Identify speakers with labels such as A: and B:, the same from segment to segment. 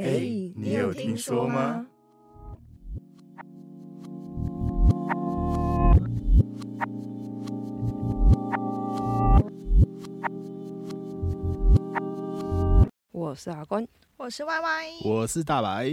A: 哎，你有听说吗？
B: 我是阿关，
C: 我是 Y Y，
D: 我是大白。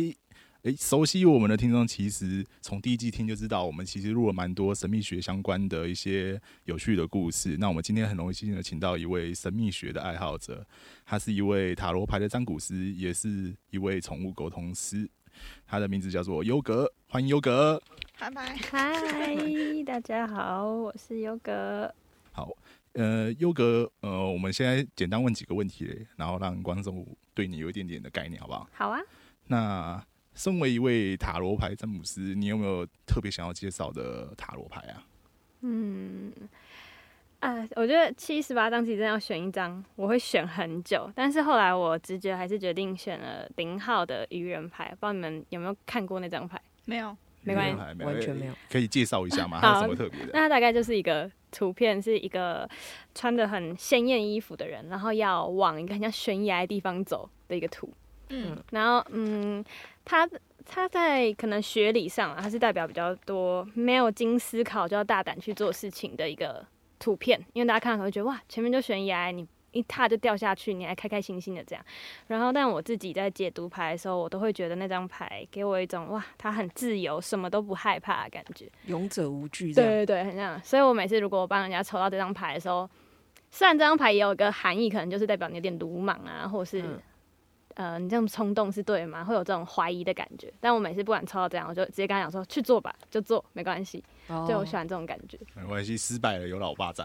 D: 诶，熟悉我们的听众，其实从第一季听就知道，我们其实录了蛮多神秘学相关的一些有趣的故事。那我们今天很荣幸的请到一位神秘学的爱好者，他是一位塔罗牌的占卜师，也是一位宠物沟通师。他的名字叫做优格，欢迎优格。
C: 拜拜。
E: 嗨，大家好，我是优格。
D: 好，呃，优格，呃，我们现在简单问几个问题，然后让观众对你有一点点的概念，好不好？
E: 好啊，
D: 那身为一位塔罗牌占卜师，你有没有特别想要介绍的塔罗牌啊？
E: 嗯，啊，我觉得七十八张其实真的要选一张，我会选很久，但是后来我直觉还是决定选了零号的愚人牌，不知道你们有没有看过那张牌？
C: 没有，
E: 没关系
D: 有牌
B: 完全没有，
D: 可以介绍一 下吗？它有
E: 好
D: 什么特别的？
E: 那它大概就是一个图片，是一个穿的很鲜艳衣服的人，然后要往一个很像悬崖的地方走的一个图。
C: 嗯，
E: 然后嗯，他他在可能学理上啊，他是代表比较多没有经思考就要大胆去做事情的一个图片，因为大家看了可能会觉得哇，前面就悬崖，你一踏就掉下去，你还开开心心的这样。然后，但我自己在解读牌的时候，我都会觉得那张牌给我一种哇，他很自由，什么都不害怕的感觉。
B: 勇者无惧这样。
E: 对对对，很像。所以我每次如果我帮人家抽到这张牌的时候，虽然这张牌也有一个含义，可能就是代表你有点鲁莽啊，或者是、
B: 嗯
E: 呃你这种冲动是对的吗？会有这种怀疑的感觉。但我每次不管抽到这样，我就直接跟他讲说去做吧，就做，没关系。
B: 哦
E: 就我喜欢这种感觉，
D: 没关系，失败了有老爸在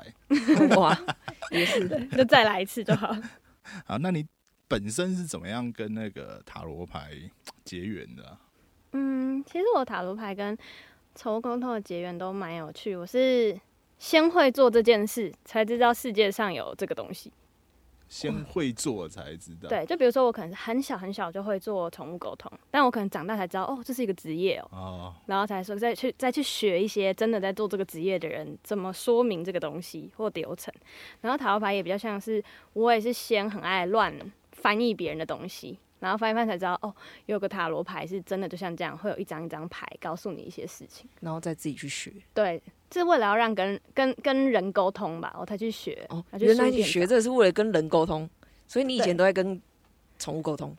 B: 哇， 也是
E: 就再来一次 就好。
D: 啊。那你本身是怎么样跟那个塔罗牌结缘的啊、
E: 嗯，其实我塔罗牌跟宠物沟通的结缘都蛮有趣。我是先会做这件事，才知道世界上有这个东西。
D: 先会做才知道。
E: 对，就比如说我可能是很小很小就会做宠物沟通，但我可能长大才知道哦，这是一个职业哦，
D: 哦，
E: 然后才说再去再去学一些真的在做这个职业的人怎么说明这个东西或流程。然后塔罗牌也比较像是我也是先很爱乱翻译别人的东西，然后翻一翻才知道哦，有个塔罗牌是真的就像这样，会有一张一张牌告诉你一些事情。
B: 然后再自己去学
E: 对，是为了要让跟跟跟人沟通吧，我才去学。
B: 哦。
E: 才去
B: 原来
E: 书
B: 你
E: 店
B: 学
E: 找
B: 这个是为了跟人沟通，所以你以前
E: 对
B: 都在跟宠物沟通，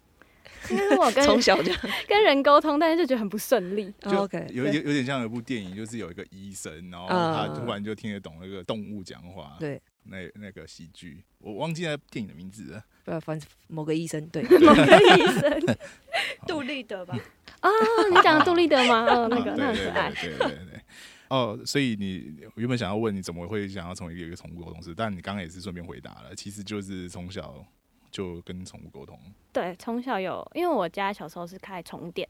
E: 应该是我跟
B: 从小 就
E: 跟人沟通，但是就觉得很不顺利。
D: 就
B: 哦 OK。嗯
D: 有有有点像有一部电影，就是有一个医生，然后他突然就听得懂那个动物讲话，
B: 对，
D: 那那个喜剧，我忘记那电影的名字了。
B: 不要反某个医生 对，
E: 某个医生
C: 杜立德吧，
E: 哦， 你讲的杜立德 吗？哦，那个
D: 啊
E: 那很可爱。
D: 对对对对对对。哦，所以你原本想要问你怎么会想要从一个一个宠物沟通师，但你刚刚也是顺便回答了，其实就是从小就跟宠物沟通。
E: 对，从小有，因为我家小时候是开宠物店，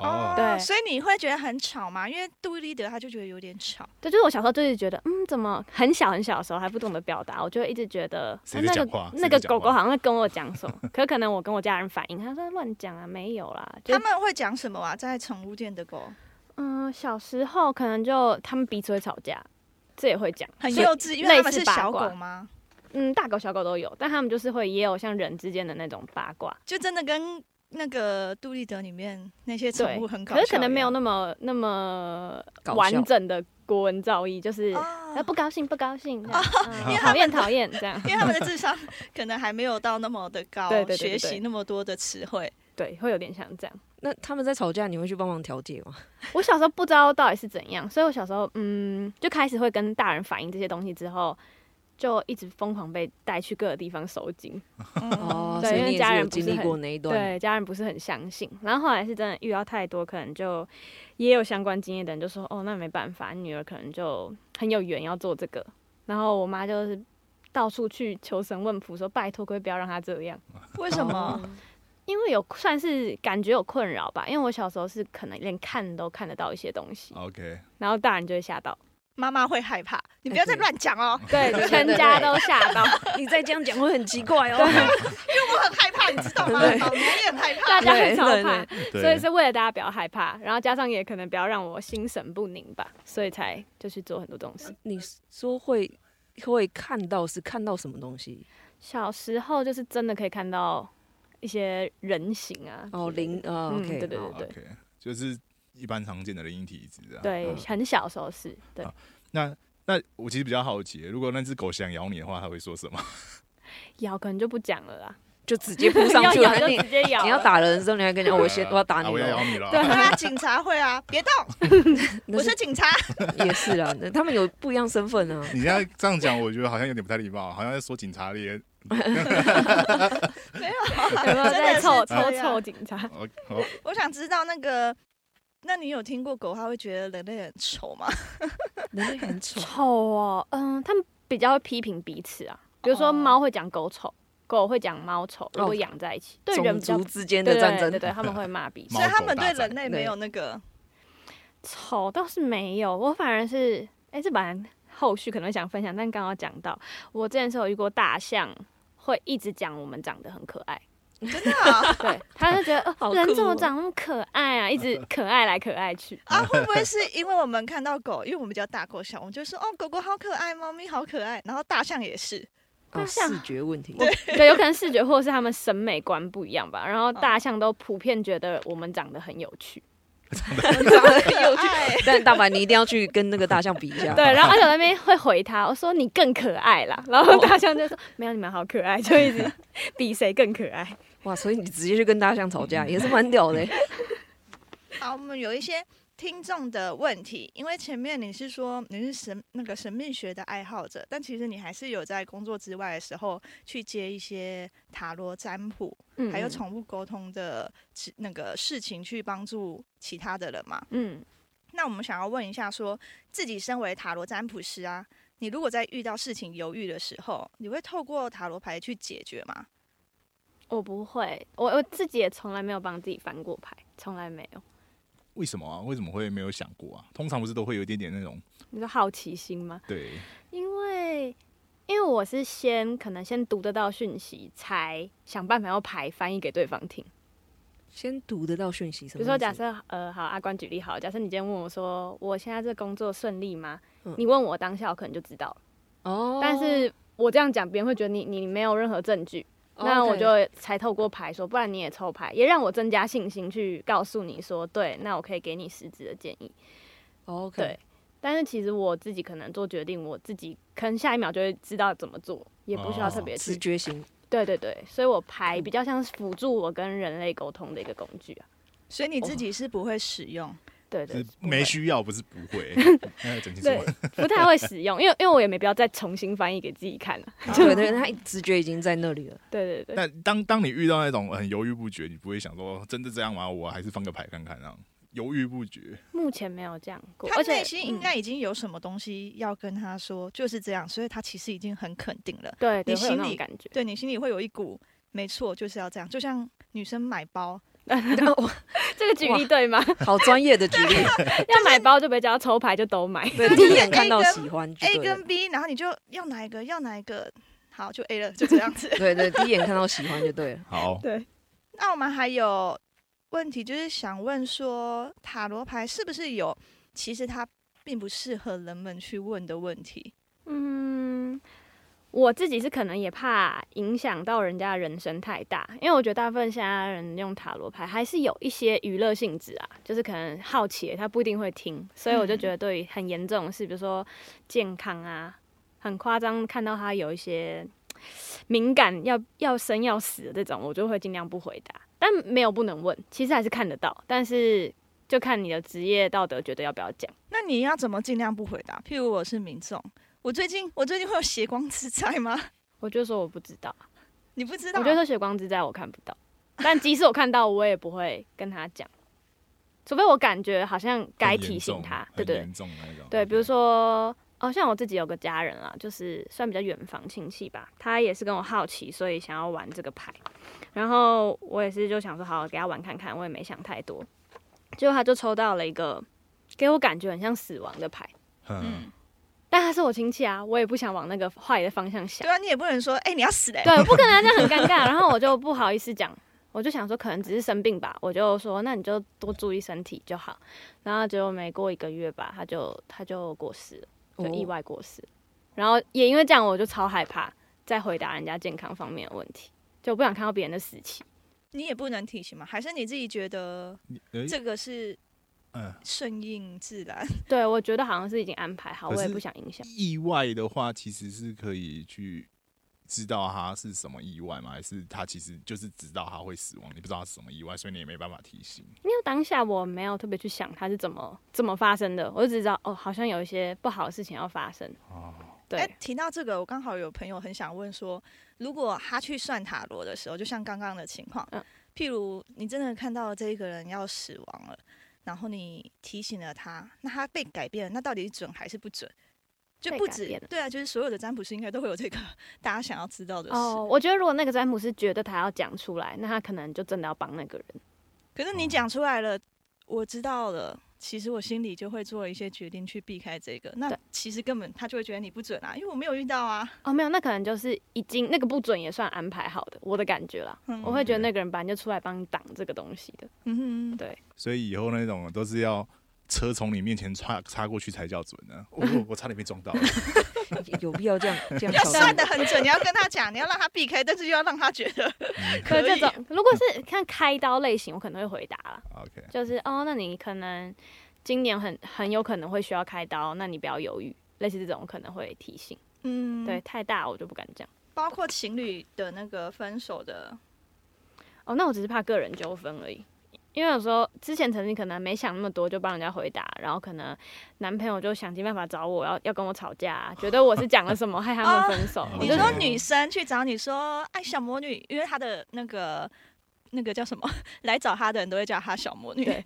D: 哦，
E: 对
C: 所以你会觉得很吵吗？因为杜立德他就觉得有点吵，
E: 对，就是我小时候就是觉得，嗯，怎么很小很小的时候还不懂得表达，我就会一直觉得、
D: 谁
E: 啊
D: 在
E: 那
D: 讲
E: 个
D: 话
E: 那个
D: 谁在讲
E: 狗狗
D: 话
E: 好像在跟我讲什么，可可能我跟我家人反映，他说乱讲啊，没有啦，就
C: 他们会讲什么啊？在宠物店的狗
E: 嗯、小时候可能就他们彼此会吵架，这也会讲，
C: 很
E: 所以
C: 幼稚，因为他们是
E: 类似八
C: 小
E: 卦
C: 狗吗？
E: 嗯，大狗小狗都有，但他们就是会也有像人之间的那种八卦，
C: 就真的跟那个杜立德里面那些宠
E: 对
C: 物很，搞笑一
E: 可
C: 样，
E: 是可能没有那么那么
B: 搞笑
E: 完整的国文造诣，就是。
C: 哦
E: 啊，不高兴，不高兴，这样
D: 哦因为
E: 嗯讨厌，讨厌，这样
C: 因为他们的智商 可能还没有到那么的高，
E: 对对对对
C: 学
E: 对
C: 习那么多的词汇。
E: 对，会有点像这样。
B: 那他们在吵架，你会去帮忙调解吗？
E: 我小时候不知道到底是怎样，所以我小时候嗯，就开始会跟大人反映这些东西之后，就一直疯狂被带去各个地方收金。
C: 嗯
B: 哦，
E: 对
B: 所以
E: 因为
B: 你也
E: 家
B: 是有
E: 人不
B: 经
E: 是
B: 历
E: 很
B: 过那一段，
E: 对，家人不是很相信。然后后来是真的遇到太多，可能就也有相关经验的人就说，哦，那没办法，你女儿可能就很有缘要做这个。然后我妈就是到处去求神问卜，说拜托，可不可以不要让她这样。
C: 为什么？
B: 哦？
E: 因为有算是感觉有困扰吧，因为我小时候是可能连看都看得到一些东西，
D: OK，
E: 然后大人就会吓到，
C: 妈妈会害怕，你不要再乱讲哦，
E: 对，
B: 对
E: 全家都吓到，
B: 你再这样讲 会很奇怪哦。
C: 我很害怕，你知道吗？
B: 对
C: 老娘也很害怕。
E: 大家很超
B: 对
E: 怕
B: 对，
E: 所以
D: 对，
E: 是为了大家不要害怕，然后加上也可能不要让我心神不宁吧，所以才就去做很多东西。
B: 你说会会看到是看到什么东西？
E: 小时候就是真的可以看到一些人形啊之类的。
B: 哦零呃
E: 嗯
B: OK
E: 对对
B: 好
E: 对对
D: OK，就是一般常见的灵异体质啊。
E: 对，
D: 嗯
E: 很小的时候是
B: 嗯
E: 对
D: 好那那我其实比较好奇，如果那只狗想咬你的话，它会说什 么？
E: 咬可能就不讲了啦，
B: 就直接扑上
E: 要
B: 去
E: 咬
B: 了。
E: 就
B: 你
E: 直接咬了，
B: 你要打人的时候，你还跟你讲，我先我要打
D: 啊
B: 你哦
D: 我要咬
B: 了。
D: 你了。
E: 对
C: 那警察会啊， 别动，
B: 那
C: 我是警察。
B: 也是啦，那他们有不一样身份啊。
D: 你现在这样讲，我觉得好像有点不太礼貌，好像在说警察 咧。
E: 有没有在凑
C: 真的是这
E: 凑
C: 样
E: 凑警察？
D: 哦哦，
C: 我想知道那个，那你有听过狗它会觉得人类很丑吗？
B: 人类很丑，
E: 丑哦，嗯，他们比较会批评彼此啊，比如说
C: 哦
E: 猫会讲狗丑，狗会讲猫丑，如果养在一起， 对人
B: 哦种
E: 比较
B: 族之间
E: 对
B: 的
E: 对
B: 战
E: 对
B: 争
E: 对，对他们会骂彼 此
D: 猫
C: 所以他们
D: 狗大
C: 对
D: 战
C: 人类没有那个
E: 丑倒是没有，我反 而是，哎、这本来后续可能想分享，但刚刚讲到，我之前是有遇过大象。会一直讲我们长得很可爱，
C: 真的啊
E: 对，他就觉得、
B: 好
E: 哦，
B: 酷
E: 人怎么
B: 哦
E: 长那么可爱啊，一直 可爱来可爱去，
C: 啊？会 不会是因为我们看到狗，因为我们比较大狗小，我们就说哦，狗狗好可爱，猫咪好可爱，然后大象也 是，
B: 哦，
E: 大象
B: 视觉问题。
E: 对，有可能视觉或者是他们审美观不一样吧。然后大象都普遍觉得我们长得很有趣，
C: 可
D: 哎
C: 爱。
B: 但大白，你一定要去跟那个大象比一 下。
E: 对。然后而且我那边会回他，我说你更可爱啦。然后大象就说没有，你们好可爱，就一直比谁更可爱。
B: 哇，所以你直接去跟大象吵架也是蛮屌 的。
C: 好，我们有一些听众的问题，因为前面你是说你是神那个神秘学的爱好者，但其实你还是有在工作之外的时候去接一些塔罗占卜，
E: 嗯
C: 还有，宠物沟通的事那个事情去帮助其他的人嘛。
E: 嗯，
C: 那我们想要问一下说自己身为塔罗占卜师啊，你如果在遇到事情犹豫的时候，你会透过塔罗牌去解决吗？
E: 我不会，我我自己也从来没有帮自己翻过牌，从来没有。
D: 为什么啊？为什么会没有想过啊？通常不是都会有一点点那种
E: 你说好奇心吗？
D: 对
E: 因为因为我是先可能先读得到讯息，才想办法用牌翻译给对方听。
B: 先读得到讯息什
E: 比
B: 么意思？
E: 如说，假设呃，好，阿关举例好，假设你今天问我说，我现在这工作顺利吗？
B: 嗯
E: 你问我当下，我可能就知道了。
B: 哦，
E: 但是我这样讲，别人会觉得你你没有任何证据，
B: 哦
E: 那我
B: OK
E: 就才透过牌说，不然你也抽牌，也让我增加信心去告诉你说，对，那我可以给你实质的建议。
B: OK，
E: 对但是其实我自己可能做决定，我自己可能下一秒就会知道怎么做，也不需要
D: 哦嗯
E: 特别去。
B: 直觉型。
E: 对对对，所以我牌比较像是辅助我跟人类沟通的一个工具啊。
C: 所以你
B: 哦
C: 自己是不会使用，
E: 对对
D: 是
E: 对
D: 没需要，不是不 会。那整清楚
E: 对，不太会使用，因为因为我也没必要再重新翻译给自己看了、
B: 对 对，他直觉已经在那里了。
E: 对对对，
D: 那当当你遇到那种很犹豫不决，你不会想说哦真的这样吗？我还是翻个牌看看啊。犹豫不决，
E: 目前没有这样过，
C: 他
E: 而且嗯
C: 内心
B: 嗯
C: 应、该已经有什么东西要跟他说，就是这样，所以他其实已经很肯定了
E: 嗯。对对，
C: 你
E: 会有
C: 心
E: 那种
C: 里
E: 感 觉。
C: 对你心里会有一股，没错，就是要这样。就像女生买包，
B: 哇
E: 这个举例对 吗？
B: 好专业的举例，
E: 要买包就别叫抽牌就都买。
B: 对，
C: 就是
B: 第一眼看到
C: A 跟
B: 喜欢就
C: A
B: 对了
C: 跟。B，然后你就要哪一个，要哪一个，好，就 A 了，就 这样子。
B: 对对，第一眼看到喜欢就对 了。
D: 好，
E: 对，
C: 那我们还有问题，就是想问说，塔罗牌是不是有其实它并不适合人们去问的问题？
E: 嗯，我自己是可能也怕影响到人家的人生太大，因为我觉得大部分现在人用塔罗牌还是有一些娱乐性质啊，就是可能好奇他不一定会听，所以我就觉得对于很严重的事，比如说健康啊，很夸张看到他有一些敏感要要生要死的这种，我就会尽量不回答，但没有不能问，其实还是看得到，但是就看你的职业道德觉得要不要讲。
C: 那你要怎么尽量不回答？譬如我是民众，我最近我最近会有血光之灾吗？
E: 我就说我不知道。
C: 你不知道？啊
E: 我觉得说血光之灾我看不到，但即使我看到，我也不会跟他讲，除非我感觉好像该提醒他，对
D: 很
E: 不对？
D: 严重很严重那种。
E: 对，比如说，哦，像我自己有个家人啊，就是算比较远房亲戚吧，他也是跟我好奇，所以想要玩这个牌，然后我也是就想说，好，给他玩看看，我也没想太多，结果他就抽到了一个给我感觉很像死亡的牌，
D: 嗯，
C: 嗯，
E: 但他是我亲戚啊，我也不想往那个坏的方向想
C: 对。啊，你也不能说，哎、你要死嘞、
E: 对，我啊不可能，这样很尴尬。然后我就不好意思讲，我就想说可能只是生病吧，我就说那你就多注意身体就好。然后结果没过一个月吧，他就他就过世
D: 哦
E: 了，就意外过世。然后也因为这样，我就超害怕再回答人家健康方面的问题，就不想看到别人的死期。
C: 你也不能提醒吗？还是你自己觉得
D: 你哎，
C: 这个是
D: 嗯，
C: 顺应自然？
E: 对，我觉得好像是已经安排好，
D: 可
E: 我也
D: 是
E: 不想影响。
D: 意外的话，其实是可以去知道他是什么意外吗？还是他其实就是知道他会死亡，你不知道他是什么意外，所以你也没办法提醒。
E: 因为当下我没有特别去想它是怎么怎么发生的，我就只知道哦，好像有一些不好的事情要发生。
D: 哦，
E: 对，
C: 哎，提到这个，我刚好有朋友很想问说，如果他去算塔罗的时候，就像刚刚的情况，
E: 嗯
C: 譬如你真的看到这一个人要死亡了，然后你提醒了他，那他被改变了，那到底是准还是不准？就
E: 被
C: 不
E: 改
C: 止
E: 变了
C: 对啊，就是所有的占卜师应该都会有这个大家想要知道的事。
E: 哦，我觉得如果那个占卜师觉得他要讲出来，那他可能就真的要帮那个人。
C: 可是你讲出来了，我知道了。其实我心里就会做一些决定去避开这个，那
E: 对
C: 其实根本他就会觉得你不准啊，因为我没有遇到啊。
E: 哦，没有，那可能就是已经那个不准也算安排好的，我的感觉啦。
C: 嗯
E: 我会觉得那个人本来就出来帮你挡这个东西的。
C: 嗯哼，
E: 对，
D: 所以以后那种都是要车从你面前插插过去才叫准 呢、哦，我我差点被撞到了。
B: 哦有必要这样这样
C: 要
B: 挑战
C: 算
B: 吗？
C: 的很准，你要跟他讲，你要让他避开，但是又要让他觉 得
D: 嗯
C: 可以啊
E: 这种如果是看开刀类型，我可能会回答啦，
D: OK，
E: 就是哦，那你可能今年很很有可能会需要开刀，那你不要犹豫。类似这种我可能会提醒，
C: 嗯，
E: 对，，太大我就不敢讲。
C: 包括情侣的那个分手的，
E: 哦，那我只是怕个人纠纷而已。因为有时候之前曾经可能没想那么多，就帮人家回答，然后可能男朋友就想尽办法找我要要跟我吵架、啊觉得我是讲了什么 害他们分手。我
D: 哦
C: 你
E: 就
D: 觉得
C: 说女生去找你说，哎，小魔女，因为她的那个那个叫什么， 来找她的人都会叫她小魔女，
E: 对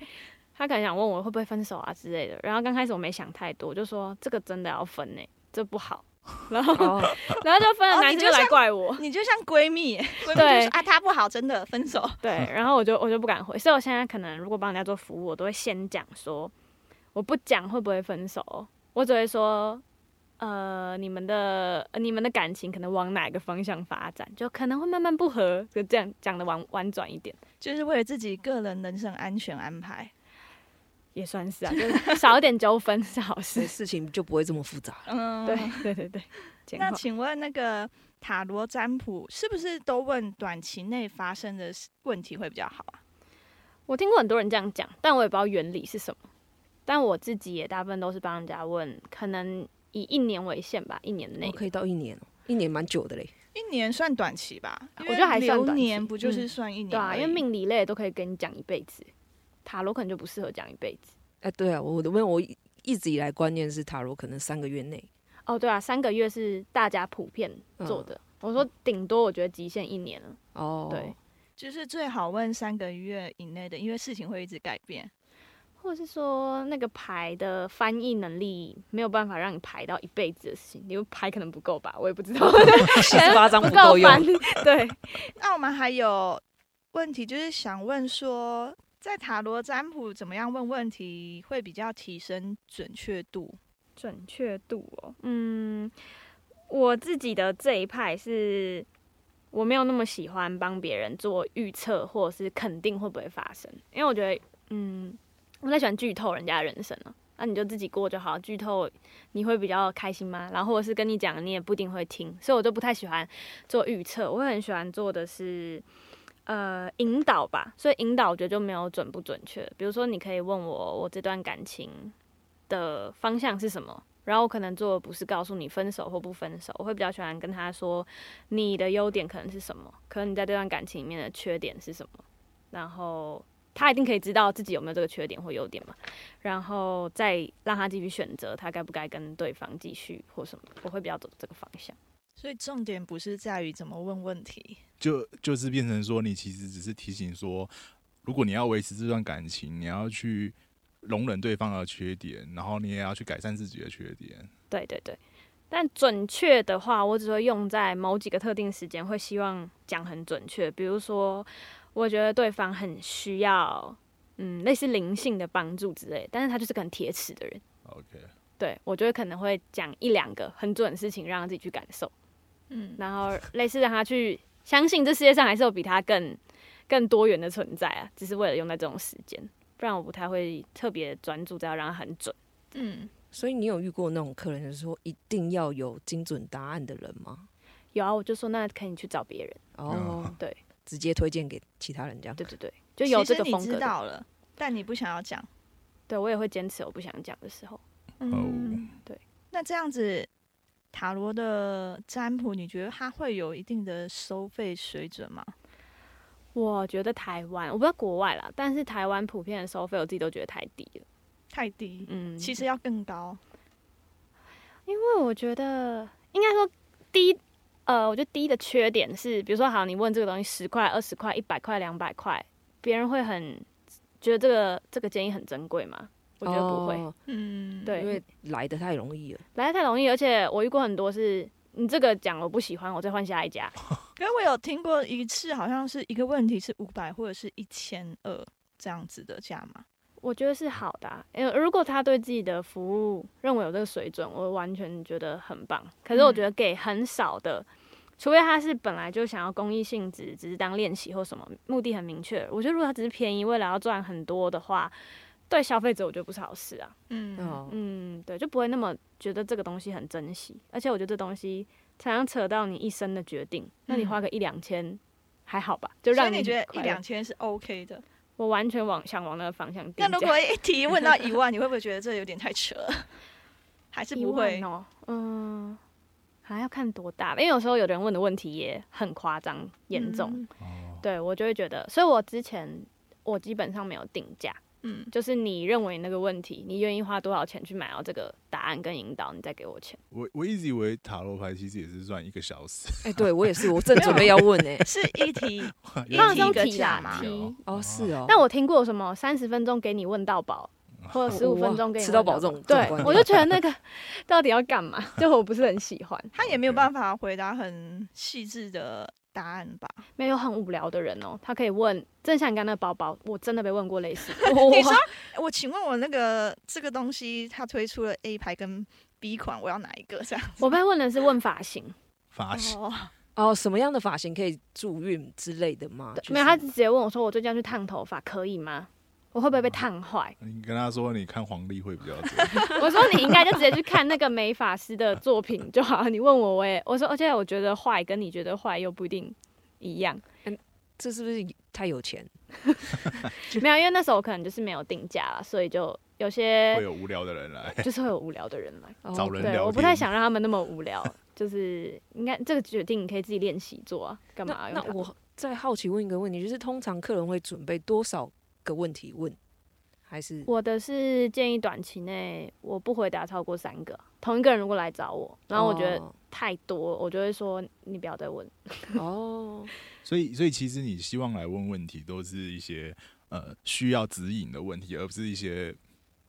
E: 他可能想问我会不会分手啊之类的，然后刚开始我没想太多，就说这个真的要分呢、这不好。 然后
B: 哦，
E: 然后就分了，
C: 哦
E: 男
C: 你就
E: 生就来
C: 像
E: 怪我。
C: 你就像闺 蜜，闺蜜就
E: 对
C: 说啊，她不好，真的分手，
E: 对，然后我就我就不敢回，所以我现在可能如果帮人家做服务，我都会先讲说，我不讲会不会分手，我只会说，呃，你们的呃你们的感情可能往哪个方向发展，就可能会慢慢不和，就这样讲的婉婉转一点，
C: 就是为了自己个人人身安全安排。
E: 也算是啊，就是少一点纠纷是好
B: 所以
E: 事。
B: 事情就不会这么复杂。
C: 嗯，
E: 对。对对对，简
C: 那
E: 化
C: 请问那个塔罗占卜是不是都问短期内发生的事问题会比较好啊？
E: 我听过很多人这样讲，但我也不知道原理是什么。但我自己也大部分都是帮人家问，可能以一年为限吧，一年内
B: 我可以到一年哦，一年蛮久的嘞。
C: 一年算短期吧，
E: 我
C: 因为
E: 觉得还算
C: 流
E: 短期
C: 年不就是
E: 嗯
C: 算一年而已？
E: 对啊，因为命理类的都可以跟你讲一辈子，塔罗可能就不适合讲一辈子。
B: 哎，对啊，我我的问我一一直以来观念是塔罗可能三个月内，
E: 哦，对啊，三个月是大家普遍做的。我说顶多我觉得极限一年了。
B: 哦，
E: 对，
C: 就是最好问三个月以内的，因为事情会一直改变。
E: 或者是说那个牌的翻译能力没有办法让你排到一辈子的事情，因为牌可能不够吧，我也不知道，
B: 七十八张不够
E: 够
B: 用
E: 翻。。 对，
C: 那我们还有问题，就是想问说，在塔罗占卜怎么样问问题会比较提升准确度？
E: 准确度哦，嗯，我自己的这一派是我没有那么喜欢帮别人做预测或者是肯定会不会发生，因为我觉得，嗯，我不太喜欢剧透人家的人生啊。那、你就自己过就好，剧透你会比较开心吗？然后或者是跟你讲，你也不一定会听，所以我就不太喜欢做预测。我会很喜欢做的是，呃，引导吧。所以引导我觉得就没有准不准确。比如说，你可以问我，我这段感情的方向是什么。然后我可能做的不是告诉你分手或不分手，我会比较喜欢跟他说你的优点可能是什么，可能你在这段感情里面的缺点是什么，然后他一定可以知道自己有没有这个缺点或优点嘛，然后再让他继续选择他该不该跟对方继续或什么，我会比较走这个方向。
C: 所以重点不是在于怎么问问题，
D: 就就是变成说，你其实只是提醒说，如果你要维持这段感情，你要去容忍对方的缺点，然后你也要去改善自己的缺点。
E: 对对对，但准确的话，我只会用在某几个特定时间，会希望讲很准确。比如说，我觉得对方很需要，嗯，类似灵性的帮助之类，但是他就是个很铁齿的人。
D: OK，
E: 对我就会可能会讲一两个很准的事情，让他自己去感受，
C: 嗯，
E: 然后类似让他去相信这世界上还是有比他更更多元的存在啊，只是为了用在这种时间，不然我不太会特别专注在要让他很准。
C: 嗯，
B: 所以你有遇过那种客人就是说一定要有精准答案的人吗？
E: 有啊，我就说那可以去找别人。
B: 哦，
E: 对，
B: 直接推荐给其他人这样。
E: 对对对，就有这个
C: 其实
E: 风
C: 你
E: 格
C: 知
E: 的。
C: 道了，但你不想要讲。
E: 对我也会坚持，我不想讲的时候，
C: 嗯，
E: 对。
C: 那这样子，塔罗的占卜，你觉得它会有一定的收费水准吗？
E: 我觉得台湾我不知道国外啦，但是台湾普遍的收费我自己都觉得太低了。
C: 太低，
E: 嗯，
C: 其实要更高。
E: 因为我觉得应该说低，呃，我觉得低的缺点是，比如说好，你问这个东西十块、二十块、一百块、两百块，别人会很觉得这个这个建议很珍贵吗？我觉得不会，
B: 哦
C: 嗯，
E: 对
B: 因为来的太容易了。
E: 来的太容易，而且我遇过很多是。你这个讲我不喜欢，我再换下一家。
C: 因为我有听过一次，好像是一个问题是五百或者是一千二这样子的价码。
E: 我觉得是好的、啊，因为如果他对自己的服务认为有这个水准，我完全觉得很棒。可是我
C: 嗯
E: 觉得给很少的，除非他是本来就想要公益性质，只是当练习或什么，目的很明确。我觉得如果他只是便宜，为了要赚很多的话，对消费者我觉得不是好事啊。
C: 嗯，
B: 哦，
E: 嗯，对，就不会那么觉得这个东西很珍惜。而且我觉得这东西常常扯到你一生的决定，那你花个一两千还好吧？就
C: 嗯所以
E: 让
C: 你觉得
E: 快
C: 一
E: 乐
C: 两，千是 OK 的。
E: 我完全往想往那个方向定价。
C: 那如果一题问到一万，你会不会觉得这有点太扯 了？还是
E: 一
C: 不会
E: 万？哦，嗯，还要看多大吧，因为有时候有的人问的问题也很夸张、严重，
C: 嗯
D: 哦，
E: 对我就会觉得，所以我之前我基本上没有定价，
C: 嗯，
E: 就是你认为那个问题，你愿意花多少钱去买到这个答案跟引导，你再给我钱。
D: 我我一直以为塔罗牌其实也是算一个小时，
B: 哎、对我也是，我正准备要问 哎、
C: 是一题一
E: 那
C: 题
E: 都
C: 一个
E: 提
C: 价
E: 啦
C: 嘛。
D: 啊
E: 提，
B: 哦，是哦，
E: 但我听过什么三十分钟给你问到饱，或者十五
B: 哇
E: 分钟给你
B: 哦吃到
E: 问
B: 饱这种，这
E: 对
B: 种观，
E: 我就
B: 念
E: 觉得那个到底要干嘛？就我不是很喜欢。
C: 他也没有办法回答很细致的答案吧？
E: 没有很无聊的人哦，他可以问，正像你刚刚那个包包，我真的被问过类似的。
C: 你说，我请问我那个这个东西，它推出了 A 牌跟 B 款，我要哪一个？这样
E: 我被问的是问发型，啊
D: 发现？
C: 哦，
B: 哦，什么样的发型可以助孕之类的吗？
E: 对
B: 就是
E: 没有，他直接问我说，我最近要去烫头发，可以吗？我会不会被烫坏
D: 你跟他说你看黄历会比较 准，
E: 我说你应该就直接去看那个美发师的作品就好。你问我，我也我说，而且我觉得坏跟你觉得坏又不一定一 样。
B: 这是不是太有钱？
E: 没有，因为那时候我可能就是没有定价啦，所以就有
D: 会
E: 些
D: 有无聊的人
B: 哎
D: 来。
E: 就是会有无聊的人来。
B: 哦
D: 找人
E: 对，
D: 聊
E: 我不
D: 天
E: 太想让他们那么无聊， 就是应该这个决定你可以自己练习做啊，干嘛
B: 那
E: 用
B: 那
E: 它
B: 我再好奇问一个问题，就是通常客人会准备多少个问题问？还是
E: 我的是建议短期内我不回答超过三个。同一个人如果来找我，然后我觉得
B: 哦
E: 太多，我就会说你不要再问。
B: 哦
D: 所以，所以其实你希望来问问题，都是一些呃需要指引的问题，而不是一些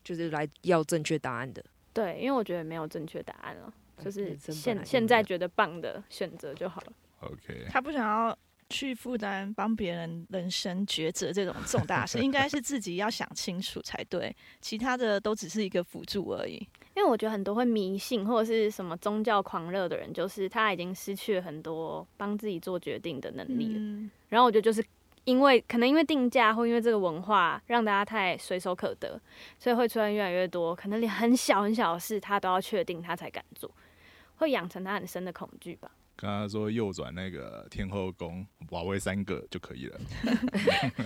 B: 就是来要正确答 案的。
E: 对，因为我觉得没有正确答案了，
C: 哎
E: 就是
B: 人生本来
E: 现
B: 就
E: 现
B: 没
E: 在
B: 有
E: 觉得棒的选择就好了。
D: OK。
C: 他不想要去负担帮别人人生抉择这种重大 事，应该是自己要想清楚才对，其他的都只是一个辅助而已。
E: 因为我觉得很多会迷信或者是什么宗教狂热的人，就是他已经失去了很多帮自己做决定的能力了。
C: 嗯，
E: 然后我觉得就是因为可能因为定价或因为这个文化让大家太随手可得，所以会出现越来越多可能连很小很小的事他都要确定他才敢做，会养成他很深的恐惧吧。
D: 刚刚说右转那个天后宫，瓦位三个就可以了。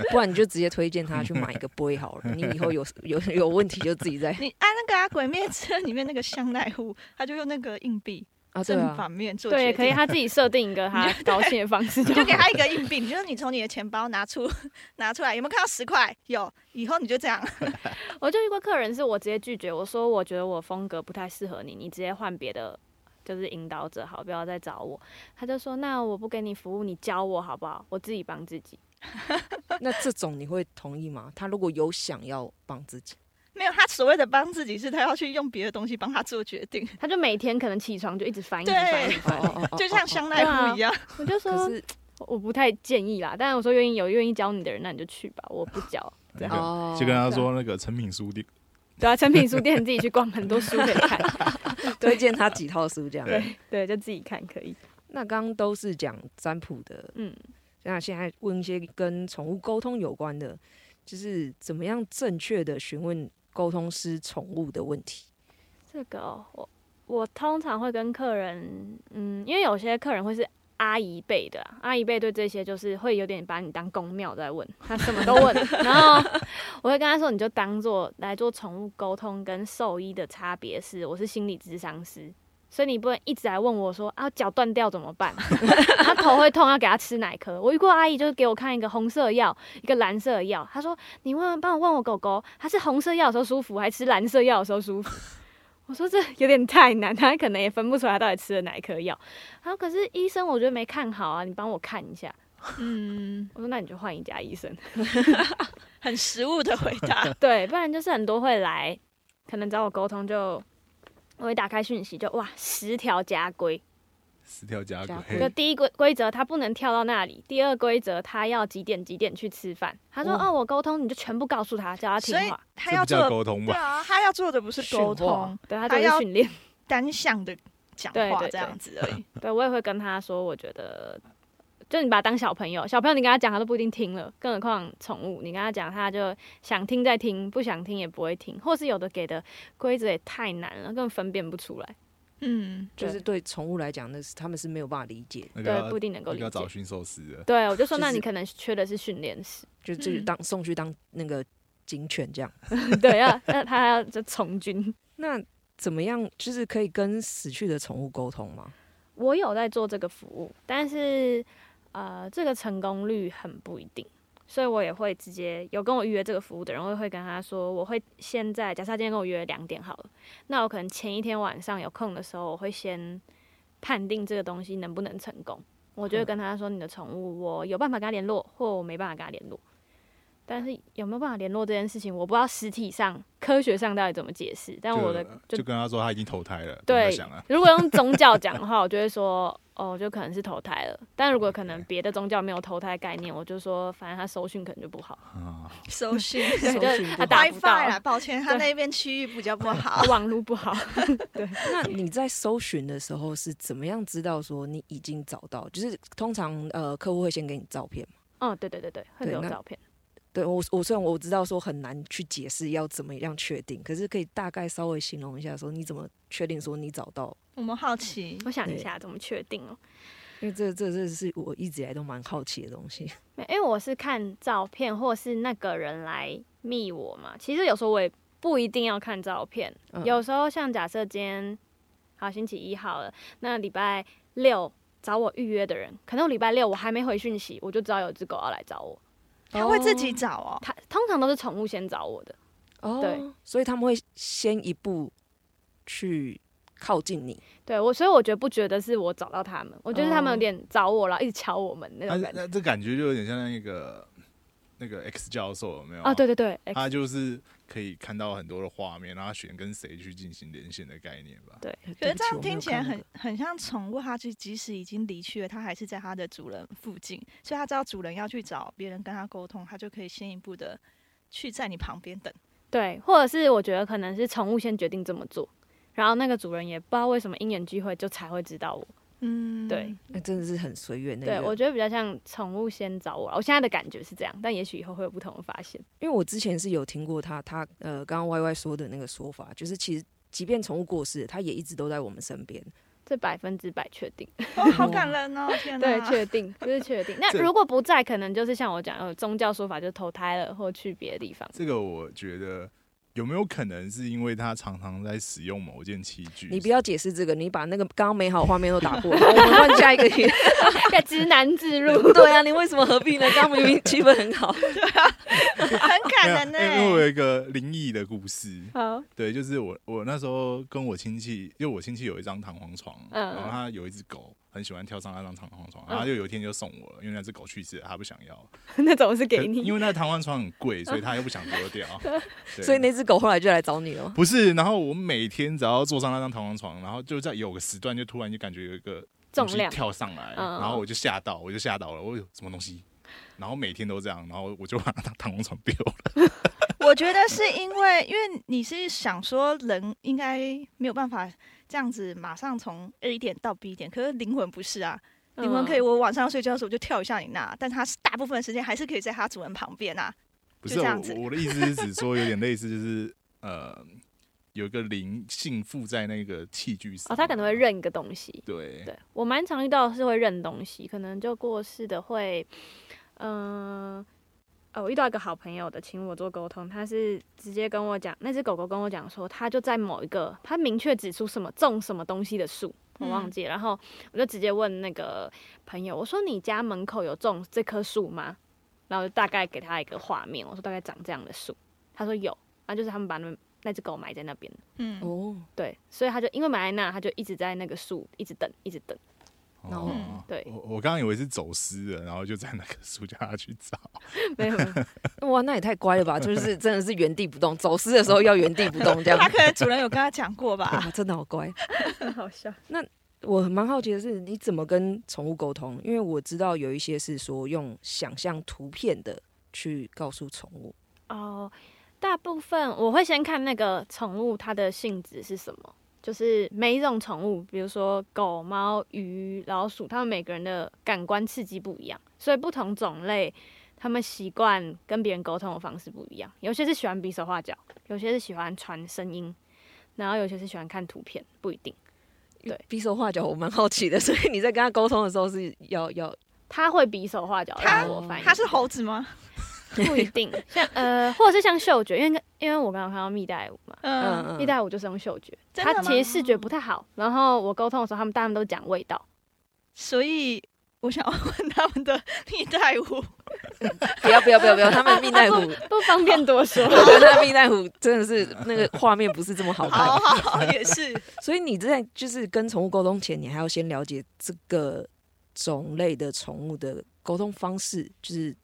B: 不然你就直接推荐他去买一个杯好了。你以后有有有问题就自己再
C: 你按那个、啊《鬼灭之刃》里面那个香奈乎，他就用那个硬币
B: 啊，对
C: 正
B: 啊，
C: 反面做
E: 对，
C: 决
E: 也可以
C: 定。
E: 他自己设定 一个他高兴的方式
C: 你
E: 就
C: 就给
E: 好。
C: 他一个硬币，你就是你从你的钱包拿出 拿出来，有没有看到十块？有，以后你就这样。
E: 我就遇过客人是我直接拒绝，我说我觉得我风格不太适合你，你直接换别的。就是引导者好，不要再找我。他就说：“那我不给你服务，你教我好不好？我自己帮自己。
B: 那这种你会同意吗？他如果有想要帮自己，
C: 没有，他所谓的帮自己是他要去用别的东西帮他做决定，”
E: 他就每天可能起床就一直翻，一直
C: 对
E: 翻，一直翻。
B: 哦
C: 就像香奈
E: 对啊
C: 乎一样。
E: 我
B: 可
E: 就说：“
B: 是
E: 我不太建议啦，但是我说愿意有愿意教你的人，那你就去吧，我不教。
D: 那个、
B: 哦，
D: 就跟他说那个成品书店，
E: 对啊，成品书店自己去逛，很多书可以看，
B: 推荐他几套书这样。
D: 对，
E: 对，就自己看可以。
B: 那刚刚都是讲占卜的，
E: 嗯，
B: 那现在问一些跟宠物沟通有关的，就是怎么样正确的询问沟通师宠物的问题。
E: 这个哦、我我通常会跟客人，嗯，因为有些客人会是阿姨辈的啊、阿姨辈对这些就是会有点把你当公庙在问，他什么都问。然后我会跟他说，你就当做来做宠物沟通跟兽医的差别是，我是心理咨商师，所以你不能一直来问我说啊脚断掉怎么办， 他头会痛要给他吃哪一颗。我遇过阿姨就是给我看一个红色的药，一个蓝色的药，她说你问帮我问我狗狗，它是红色药的时候舒服，还吃蓝色药的时候舒服。我说这有点太难，他可能也分不出来到底吃了哪一颗药。然后可是医生我觉得没看好啊，你帮我看一下。
C: 嗯，
E: 我说那你就换一家医生，。
C: 很实务的回答
E: 对，不然就是很多会来，可能找我沟通就，我一打开讯息就哇十条家规，
D: 十条家
B: 家
D: 规
E: 就第一规规则他不能跳到那里，第二规则他要几点几点去吃饭。他说
B: 哦
E: 哦我沟通你就全部告诉他，叫 他听
C: 所以
E: 话，
C: 他
D: 这
C: 要
D: 不
C: 做
D: 叫
C: 的，
D: 沟通
C: 对
D: 吧？
C: 啊，他要做的不是沟
B: 训话
C: 通，
E: 对他
C: 他
E: 就是
C: 要
E: 训练。
C: 单向的讲
E: 对
C: 话
E: 对
C: 这样子而 已。
E: 对，我也会跟他说，我觉得，就你把他当小朋友，小朋友你跟他讲，他都不一定听了，更何况宠物，你跟他讲，他就想听再听，不想听也不会听，或是有的给的规则也太难了，根本分辨不出来，
C: 嗯，
B: 就是对宠物来讲，那是他们是没有办法理解的，
D: 那个
E: 对，啊
D: 要
E: 不一定能够
D: 那个
E: 理
D: 要找
E: 解。
D: 驯兽师的，
E: 对，我就说，
B: 就
E: 那你
B: 是
E: 可能缺的是训练师，
B: 就就是
C: 嗯
B: 当送去当那个警犬这样。
E: 对，要那他要就从军。
B: 那怎么样？就是可以跟死去的宠物沟通吗？
E: 我有在做这个服务，但是呃，这个成功率很不一定，所以我也会直接有跟我预约这个服务的人，我也会跟他说，我会现在假设他今天跟我约两点好了，那我可能前一天晚上有空的时候，我会先判定这个东西能不能成功。我就会跟他说，你的宠物我有办法跟他联络，或我没办法跟他联络。但是有没有办法联络这件事情，我不知道实体上、科学上到底怎么解释。但我的
D: 就就跟他说他已经投胎了，不要
E: 对
D: 想啊，，
E: 如果用宗教讲的话，我就会说，哦，就可能是投胎了。但如果可能别的宗教没有投胎概念，我就说，反正他收讯可能就不好，
D: 啊，
C: 搜寻
E: 对， 就是他打不
C: WiFi 啦，
E: 到，
C: 抱歉，他
E: 对
C: 那边区域比较不好
E: 他。网络不好。
B: 那你在搜寻的时候是怎么样知道说你已经找到？就是通常呃客户会先给你照片嘛。
E: 哦，对对对对，会
B: 对
E: 有
B: 那
E: 照片。
B: 对我我虽然我知道说很难去解释要怎么样确定，可是可以大概稍微形容一下说你怎么确定说你找到？
C: 我们好奇，
E: 我想一下怎么确定哦，
B: 因为这这这是我一直以来都蛮好奇的东西。
E: 没因为我是看照片或是那个人来密我嘛。其实有时候我也不一定要看照片，
B: 嗯
E: 有时候像假设今天好星期一好了，那礼拜六找我预约的人，可能我礼拜六我还没回讯息，我就知道有只狗要来找我。
C: 他会自己找哦。
E: 他通常都是宠物先找我的，
B: 哦，
E: 对，
B: 所以他们会先一步去靠近你。
E: 对我，所以我觉得不觉得是我找到他们，我觉得他们
B: 哦
E: 有点找我了，一直瞧我们那
D: 那
E: 种感觉。
D: 那这感觉就有点像那个那个 X 教授有没有
E: 啊，对对对，
B: 哦
E: 哎
D: 他就是可以看到很多的画面，然后他选跟谁去进行连线的概念吧。
C: 可
B: 对
C: 是
B: 不
C: 这
B: 起
C: 样听起来，
B: 我没有看那
C: 很
B: 个
C: 很像宠物，它就即使已经离去了，它还是在它的主人附近，所以它知道主人要去找别人跟它沟通，它就可以先一步的去在你旁边等。
E: 对，或者是我觉得可能是宠物先决定这么做，然后那个主人也不知道为什么因缘际会就才会知道我。
C: 嗯，
E: 对，
B: 那真的是很随缘的一个。
E: 对我觉得比较像宠物先找我啦，我现在的感觉是这样，但也许以后会有不同的发现。
B: 因为我之前是有听过他他呃刚刚 Y Y 说的那个说法，就是其实即便宠物过世，它也一直都在我们身边。
C: 嗯
E: 这百分之百确定，
C: 哇，好感人 哦！天哪，
E: 对，确定，这是确定。那
D: 这
E: 如果不在，可能就是像我讲，有宗教说法，就是投胎了或去别的地方。
D: 这个我觉得有没有可能是因为他常常在使用某件器具？
B: 你不要解释这个，你把那个刚刚美好画面都打 破了，我们换下一个题。
E: 要直男自入，
B: 对啊，你为什么何必呢？刚刚明明气氛很好，
C: 很
D: 没有
C: 感人
B: 欸
C: 欸
D: 因为我
C: 呢。
D: 有一个灵异的故事，
E: 好，
D: 对，就是我我那时候跟我亲戚，因为我亲戚有一张弹簧床，
E: 嗯
D: 然后他有一只狗，很喜欢跳上那张弹簧床，
E: 嗯
D: 然后他就有一天就送我了，因为那只狗去世了，他不想要，
E: 那种是
D: 可
E: 给你
D: 因。为那个弹簧床很贵，所以他又不想 丢掉，对
B: 所以那只狗后来就来找你了吗。
D: 不是，然后我每天只要坐上那张弹簧床，然后就在有个时段就突然就感觉有一个
E: 重
D: 东西
E: 量
D: 跳上来，
E: 嗯
D: 然后我就吓到，我就吓到了，我有什么东西？然后每天都这样，然后我就把那弹簧床丢了。
C: 我觉得是因为，因为你是想说人应该没有办法这样子马上从 A 点到 B 点，可是灵魂不是啊，
E: 嗯
C: 灵魂可以，我晚上睡觉的时候就跳一下你那，但它是大部分的时间还是可以在它主人旁边啊。
D: 不
C: 就是这
D: 我
C: 样子
D: 我我的意思是指说有点类似就是呃，有一个灵性附在那个器具上。
E: 哦，他可能会认一个东西。
D: 对
E: 对我蛮常遇到的是会认东西，可能就过世的会，嗯、呃。我遇到一个好朋友的，请我做沟通，他是直接跟我讲，那只狗狗跟我讲说，它就在某一个，它明确指出什么种什么东西的树，我忘记了，然后我就直接问那个朋友，我说你家门口有种这棵树吗？然后大概给他一个画面，我说大概长这样的树，他说有，那就是他们把那那只狗埋在那边，
C: 嗯，
B: 哦，
E: 对，所以他就因为埋在那，他就一直在那个树一直等，一直等，
B: 然后
D: 哦
E: 嗯对
D: 我我刚刚以为是走私了，然后就在那个书架下去 找。
E: 没有，没有
B: 哇，那也太乖了吧！就是真的是原地不动，走私的时候要原地不动 这样
C: 他。可能主人有跟他讲过吧。
B: 哇，真的好乖。
E: 很好笑，
B: 我蛮好奇的是，你怎么跟宠物沟通？因为我知道有一些是说用想象图片的去告诉宠物。
E: 哦，大部分我会先看那个宠物它的性质是什么，就是每一种宠物，比如说狗、猫、鱼、老鼠，它们每个人的感官刺激不一样，所以不同种类，它们习惯跟别人沟通的方式不一样。有些是喜欢比手画脚，有些是喜欢传声音，然后有些是喜欢看图片，不一定。对
B: 比手画脚，我蛮好奇的。所以你在跟他沟通的时候是要要
E: 它会比手画脚
C: 它
E: 让我翻译，
C: 他是猴子吗？
E: 不一定，像呃，或者是像嗅觉，因为因为我刚刚看到蜜袋鼯嘛，
B: 嗯
C: 嗯，
B: 嗯
E: 一代五就是用嗅觉，
C: 真的
E: 他其
C: 吗
E: 实视觉不太好。然后我沟通的时候，他们大部分都讲味道，
C: 所以我想要问他们的蜜袋鼯，
B: 不要不要不要不要， 他们蜜袋鼯，。
E: 不方便多说
B: 我觉得蜜袋鼯 真的是那个画面不是这么好看
C: 好。好也是，
B: 所以你在就是跟宠物沟通前，你还要先了解这个种类的宠物的沟通方式，就是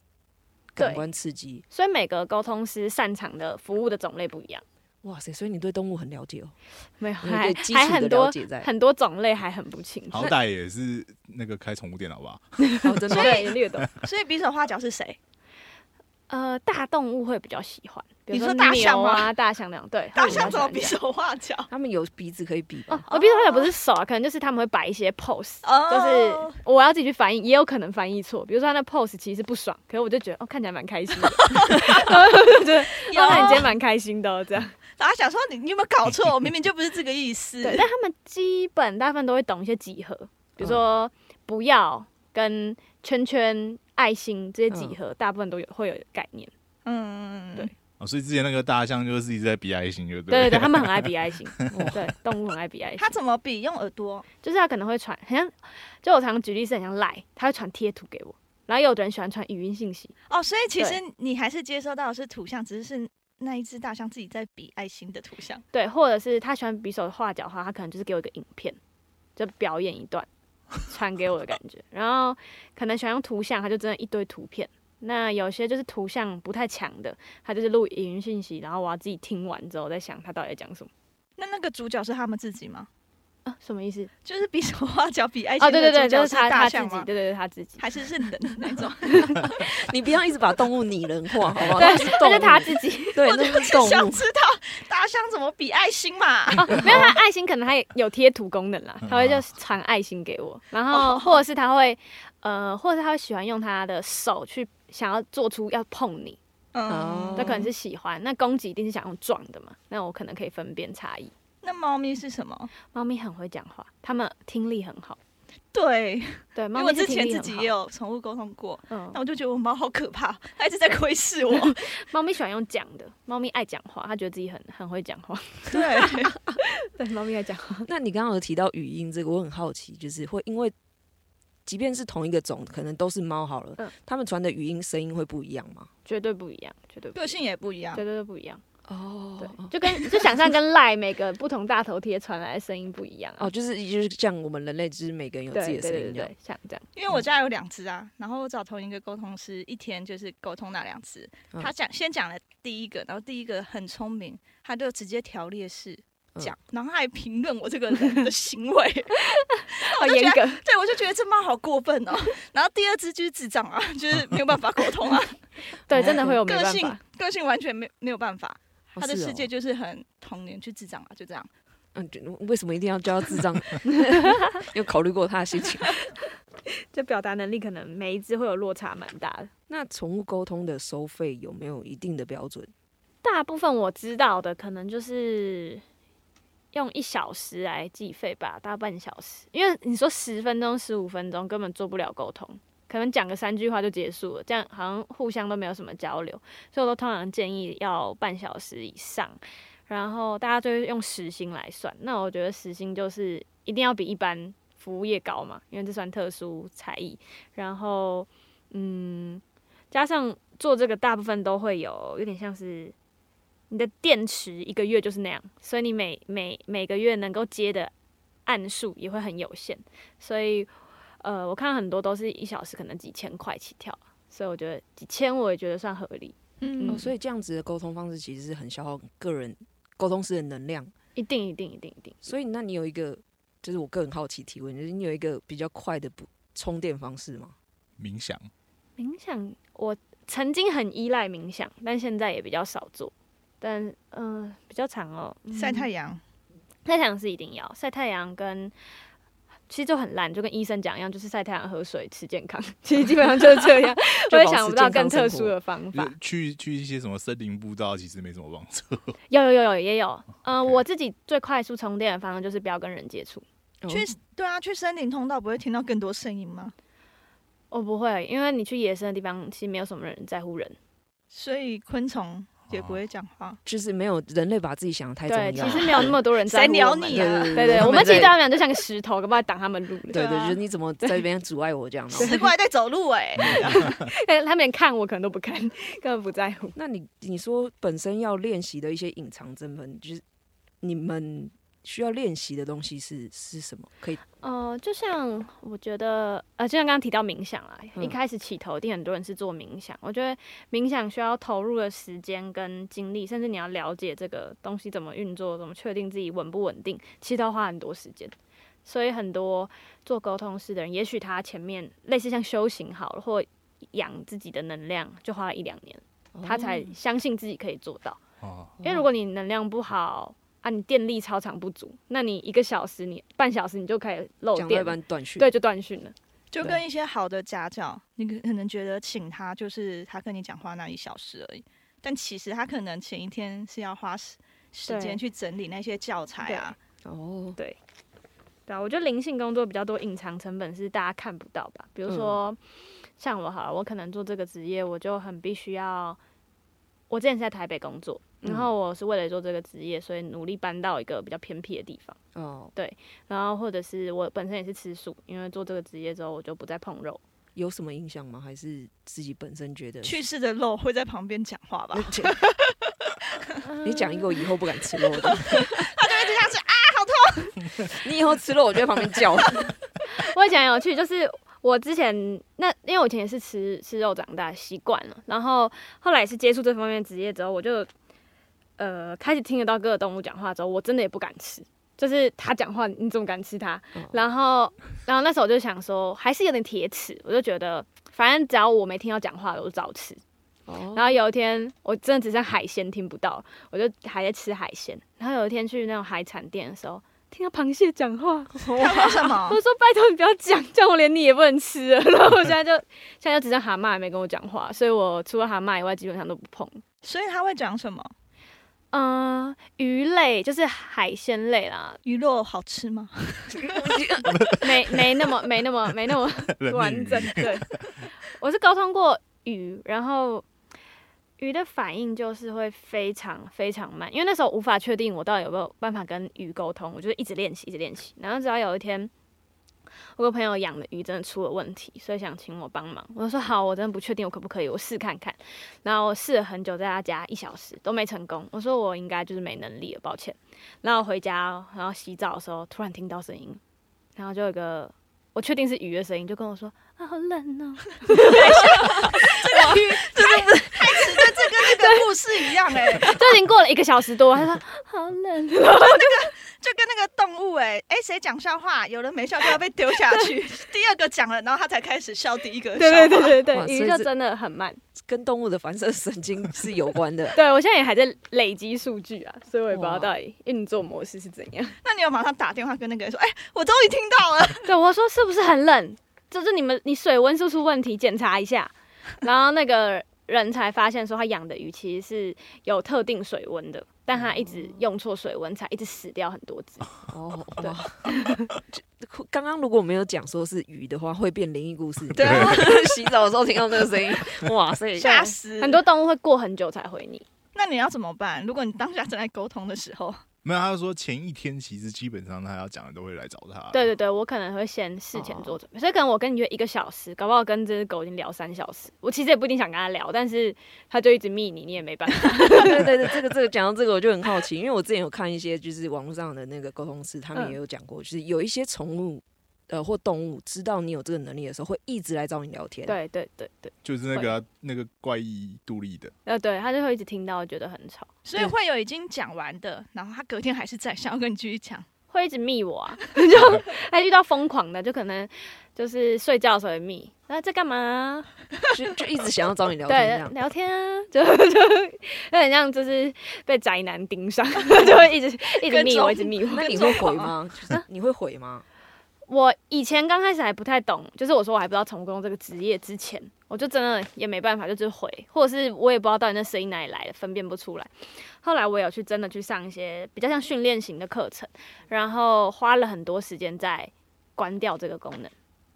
B: 感
E: 对
B: 官刺激。
E: 所以每个沟通师擅长的服务的种类不一样，
B: 哇塞！所以你对动物很了解哦，
E: 没有
B: 你对
E: 还
B: 基
E: 还
B: 础的
E: 很
B: 了
E: 多
B: 解在。
E: 很多种类还很不清楚
D: 好，歹也是那个开宠物店，好不好？
B: 哦，真的吗，
E: 对略懂。
C: 所以比手画脚是 谁？
E: 呃，大动物会比较喜欢，比
C: 你
E: 如
C: 说大
E: 牛
C: 象吗
E: 啊、大象那种，对，
C: 大
E: 会比较
C: 象怎么
E: 喜欢
C: 比
E: 这样
C: 手画脚？
B: 他们有鼻子可以比
E: 哦
B: 吧？，
E: 我比手画脚不是手啊，可能就是他们会摆一些 pose，就是
C: 哦
E: 我要自己去翻译，也有可能翻译错。比如说他的 pose 其实不爽，可是我就觉得哦，看起来蛮开 心的，然后我就觉得
C: 有
E: 哦，那你今天蛮开心的哦、这样。
C: 然后想说你你有没有搞错？我明明就不是这个意思。
E: 对，但他们基本大部分都会懂一些几何，比如说不要跟圈圈、爱心这些几何，大部分都有会有概念。
C: 嗯，
E: 对
D: 哦，所以之前那个大象就是一直在比爱心，就
E: 对
D: 对
E: 对
D: 了
E: 对，他们很爱比 爱心，对，动物很爱比爱心
C: 他，怎么比？用耳朵？
E: 就是他可能会传，很像就我常举例是很像赖，他会传贴图给我。然后有的人喜欢传语音信息，
C: 哦，所以其实
E: 对
C: 你还是接收到的是图像，只是是那一只大象自己在比爱心的图像。
E: 对，或者是他喜欢比手画脚的话，他可能就是给我一个影片，就表演一段，传给我的感觉。然后可能喜欢用图像，他就真的一堆图片。那有些就是图像不太强的，他就是录语音信息，然后我要自己听完之后再想他到底在讲什么
C: 那那个主角是他们自己吗？
E: 啊？什么意思？
C: 就是比手画脚比爱
E: 哦，
C: 心
E: 对对
C: 的
E: 对，
C: 主
E: 就
C: 角
E: 是他
C: 大
E: 他
C: 象
E: 自己，
C: 吗
E: 对？对对，他自己，
C: 还是是人的那种？
B: 你不要一直把动物拟人化，好不好？
E: 对，
B: 那是动
E: 那
B: 物，
E: 是他自己。
B: 对，
C: 我
B: 那是动
C: 想
B: 物。
C: 知道大象怎么比爱心嘛？
E: 哦，没有他爱心，可能他也有贴图功能啦，
C: 嗯
E: 他会就传爱心给我，然
C: 哦
E: 后或者是他会，呃，或者是他会喜欢用他的手去想要做出要碰你，
C: 嗯
B: 哦
E: 那可能是喜欢，那攻击一定是想用撞的嘛，那我可能可以分辨差异。
C: 那猫咪是什么？
E: 猫咪很会讲话，它们听力很好，
C: 对，因
E: 对，
C: 为
E: 猫
C: 我
E: 咪
C: 之
E: 是听
C: 前
E: 力
C: 自
E: 很
C: 己
E: 好
C: 也有宠物沟通过，那
E: 嗯，
C: 我就觉得我猫好可怕，它一直在窥视我。
E: 猫咪喜欢用讲的，猫咪爱讲话，它觉得自己很很会讲话，
C: 对，
E: 对，猫咪爱讲话，
B: 那你刚刚有提到语音这个，我很好奇，就是会因为即便是同一个种，可能都是猫好了，
E: 嗯
B: 它们传的语音声音会不一样吗？
E: 绝对不一样，绝对不一
C: 个
E: 样
C: 性也不一样
E: 绝。对不一样，
B: 哦
E: 对，就跟就想象跟赖每个不同大头贴传来的声音不一样啊
B: 哦，就是就是像我们人类，就是每个人有
E: 对
B: 自己的声
E: 对对对
B: 音这样。
E: 对，像 这样，
C: 因为我家有两只啊，然后我找同一个沟通师，一天就是沟通那两只。
B: 嗯
C: 他讲先讲了第一个，然后第一个很聪明，他就直接条列式
B: 嗯
C: 讲，然后他还评论我这个人的行为。
E: 好
C: 就觉
E: 严
C: 得
E: 格，
C: 对，我就觉得这猫好过分哦。然后第二只就是智障啊，就是没有办法沟 通啊，
E: 对，真的会有没
C: 个
E: 办
C: 性
E: 法，
C: 个性完全没没有办法。
B: 哦
C: 他的
B: 是
C: 世
B: 哦
C: 界就是很童年去智障啊，就这样。
B: 嗯，就为什么一定要教他智障？有考虑过他的心情？
E: 就表达能力可能每一只会有落差蛮大的。
B: 那宠物沟通的收费有没有一定的标准？
E: 大部分我知道的，可能就是用一小时来计费吧，大概半小时。因为你说十分钟、十五分钟根本做不了沟通，可能讲个三句话就结束了，这样好像互相都没有什么交流，所以我都通常建议要半小时以上。然后大家就是用时薪来算，那我觉得时薪就是一定要比一般服务业高嘛，因为这算特殊才艺。然后，嗯，加上做这个大部分都会有有点像是你的电池一个月就是那样，所以你每每每个月能够接的案数也会很有限。所以，呃，我看很多都是一小时可能几千块起跳，所以我觉得几千我也觉得算合理，
C: 嗯
B: 哦，所以这样子的沟通方式其实是很消耗个人沟通师的能量。
E: 一定一定一定一定。
B: 所以，那你有一个，就是我个人好奇提问，就是你有一个比较快的补充电方式 吗？
D: 冥想，
E: 冥想，我曾经很依赖冥想，但现在也比较少做。但嗯、呃比较长哦，
C: 晒太阳，
E: 晒太阳是一定要晒太阳跟。其实就很烂，就跟医生讲一样，就是晒太阳、喝水、吃健康。 其实基本上就是这样，我也想不到更特殊的方
D: 就
E: 法
D: 是。去去一些什么森林步道，其实没什么帮助。
E: 有有有有也有，嗯、
D: OK
E: 我自己最快速充电的方式就是不要跟人接触。
B: 哦
C: 去对啊，去森林通道不会听到更多声音吗？
E: 我哦不会，因为你去野生的地方，其实没有什么人在乎人。
C: 所以昆虫也不会讲话，
B: 就是没有人类把自己想的太重
E: 对，其
B: 要。
E: 实没有那么多人在
C: 谁
E: 乎
C: 鸟
E: 我们
C: 你啊？
B: 对
E: 对对，我们其实对
B: 对
E: 他们俩就像个石头，搞不好挡他们路 了。
B: 对
C: 对
B: 对，
C: 啊
B: 就是你怎么在这边阻碍我这样呢？
C: 死过来在走路哎、
E: 但他们连看我可能都不看， 根本不在乎。
B: 那你你说本身要练习的一些隐藏真分，就是你们需要练习的东西是是什么？可以
E: 呃，就像我觉得，呃，就像刚刚提到冥想啦，
B: 嗯
E: 一开始起头一定很多人是做冥想。我觉得冥想需要投入的时间跟精力，甚至你要了解这个东西怎么运作，怎么确定自己稳不稳定，其实都要花很多时间。所以很多做沟通师的人，也许他前面类似像修行好了，或养自己的能量，就花了一两年，他才相信自己可以做到。
D: 哦，
B: 嗯
E: 因为如果你能量不好啊，你电力超常不足，那你一个小时你半小时你就可以漏
B: 讲到一
E: 电，
B: 般断续。
E: 对，就断讯了。
C: 就跟一些好的家教，你可能觉得请他就是他跟你讲话那一小时而已，但其实他可能前一天是要花时时间去整理那些教材啊。
B: 哦，
E: 对啊，我觉得灵性工作比较多隐藏成本是大家看不到吧，比
B: 嗯
E: 如说、像我好了，我可能做这个职业，我就很必须要。我之前是在台北工作，
B: 嗯
E: 然后我是为了做这个职业，所以努力搬到一个比较偏僻的地方。
B: 哦，
E: 然后或者是我本身也是吃素，因为做这个职业之后，我就不再碰肉。
B: 有什么影响吗？还是自己本身觉得？
C: 去世的肉会在旁边讲话 吧？
B: 你讲一个，我以后不敢吃肉的。
C: 对，就像是啊，
B: 你以后吃肉，我就在旁边 叫。
E: 我讲有趣，就是我之前那，因为我以前也是吃吃肉长大，习惯了。然后后来也是接触这方面的职业之后，我就呃开始听得到各个动物讲话之后，我真的也不敢吃。就是它讲话，你怎么敢吃它？然后，然后那时候我就想说，还是有点铁齿，我就觉得，反正只要我没听到讲话的，我就照吃。
B: 哦，
E: 然后有一天，我真的只剩海鲜听不到，我就还在吃海鲜。然后有一天去那种海产店的时候，听到螃蟹讲话，
C: 他为什么
E: 我？说拜托你不要讲，这样我连你也不能吃了。 然后我现在就现在就只剩蛤蟆还没跟我讲话，所以我除了蛤蟆以外，基本上都不碰。
C: 所以他会讲什么？
E: 嗯、鱼类就是海鲜类啦，
C: 鱼肉好吃 吗？
E: 没没那么没那么没那么
D: 人
E: 完
D: 命
E: 整。对， 我是沟通过鱼，然后鱼的反应就是会非常非常慢，因为那时候无法确定我到底有没有办法跟鱼沟通，我就是一直练习，一直练习。然后直到有一天，我有个朋友养的鱼真的出了问题，所以想请我帮忙。我就说好，我真的不确定我可不可以，我试看看。然后我试了很久，在他家一小时都没成功。我说我应该就是没能力了，抱歉。然后回家，然后洗澡的时候突然听到声音，然后就有一个我确定是鱼的声音，就跟我说啊好冷哦。
C: 这跟故事一样哎、
E: 就已经过了一个小时多，他说好冷哦。
C: 就跟那个动物哎、欸、哎，谁、讲笑话，有人没笑就要被丢下 去，第二个讲了，然后他才开始笑第一个的
E: 对
C: 笑话
E: 对对对对
B: 哇，
E: 鱼
B: 所以
E: 就
B: 这
E: 真的很慢。
B: 跟动物的反射神经是有关 的。
E: 对我现在也还在累积数据啊，所以我也不知道
B: 哇
E: 到底运作模式是怎样。
C: 那你有马上打电话跟那个人说，哎、我终于听到 了。
E: 对，我说 是不是很冷？就是你们你水温是不是出问题？检查一下。然后那个人才发现说他养的鱼其实是有特定水温的，但他一直用错水温，才一直死掉很多只。
B: 哦，
E: 对
B: 哇！就 刚刚如果没有讲说是鱼的话，会变灵异故事。
C: 对啊，
B: 洗澡的时候听到这个声 音，哇塞！
C: 吓死
E: 很多。动物会过很久才回你。
C: 那你要怎么办？如果你当下正在沟通的时候，
D: 没有，他就说前一天其实基本上他要讲的都会来找他。
E: 对对对，我可能会先事前做准备，所以可能我跟你约一个小时，搞不好跟这只狗已经聊三小时。我其实也不一定想跟它聊，但是它就一直密你，你也没办法。
B: 对对对，这个这个讲到这个我就很好奇，因为我之前有看一些就是网络上的那个沟通师，他们
E: 嗯
B: 也有讲过，就是有一些宠物呃或动物知道你有这个能力的时候，会一直来找你聊天。，
E: 对对对对，
D: 就是那个啊那个怪异杜立的，
E: 呃对，它就会一直听到，觉得很吵，
C: 所以会有已经讲完的，然后他隔天还是在想要跟你继续讲。
E: 会一直密我啊， 就还遇到疯狂的，就可能就是睡觉的时候也密，那在干嘛啊？
B: 就就一直想要找你聊天这
E: 对，
B: 样。
E: 聊天啊， 就就有点像就是被宅男盯上， 就会一直一直
C: 跟
E: 密
C: 踪
E: 我，一直密我。
B: 那你会回吗？就是你会回吗？
E: 我以前刚开始还不太懂，就是我说我还不知道宠物沟通这个职业之前，我就真的也没办法，就是回，或者是我也不知道到底那声音哪里来的，分辨不出来。后来我有去真的去上一些比较像训练型的课程，然后花了很多时间在关掉这个功能。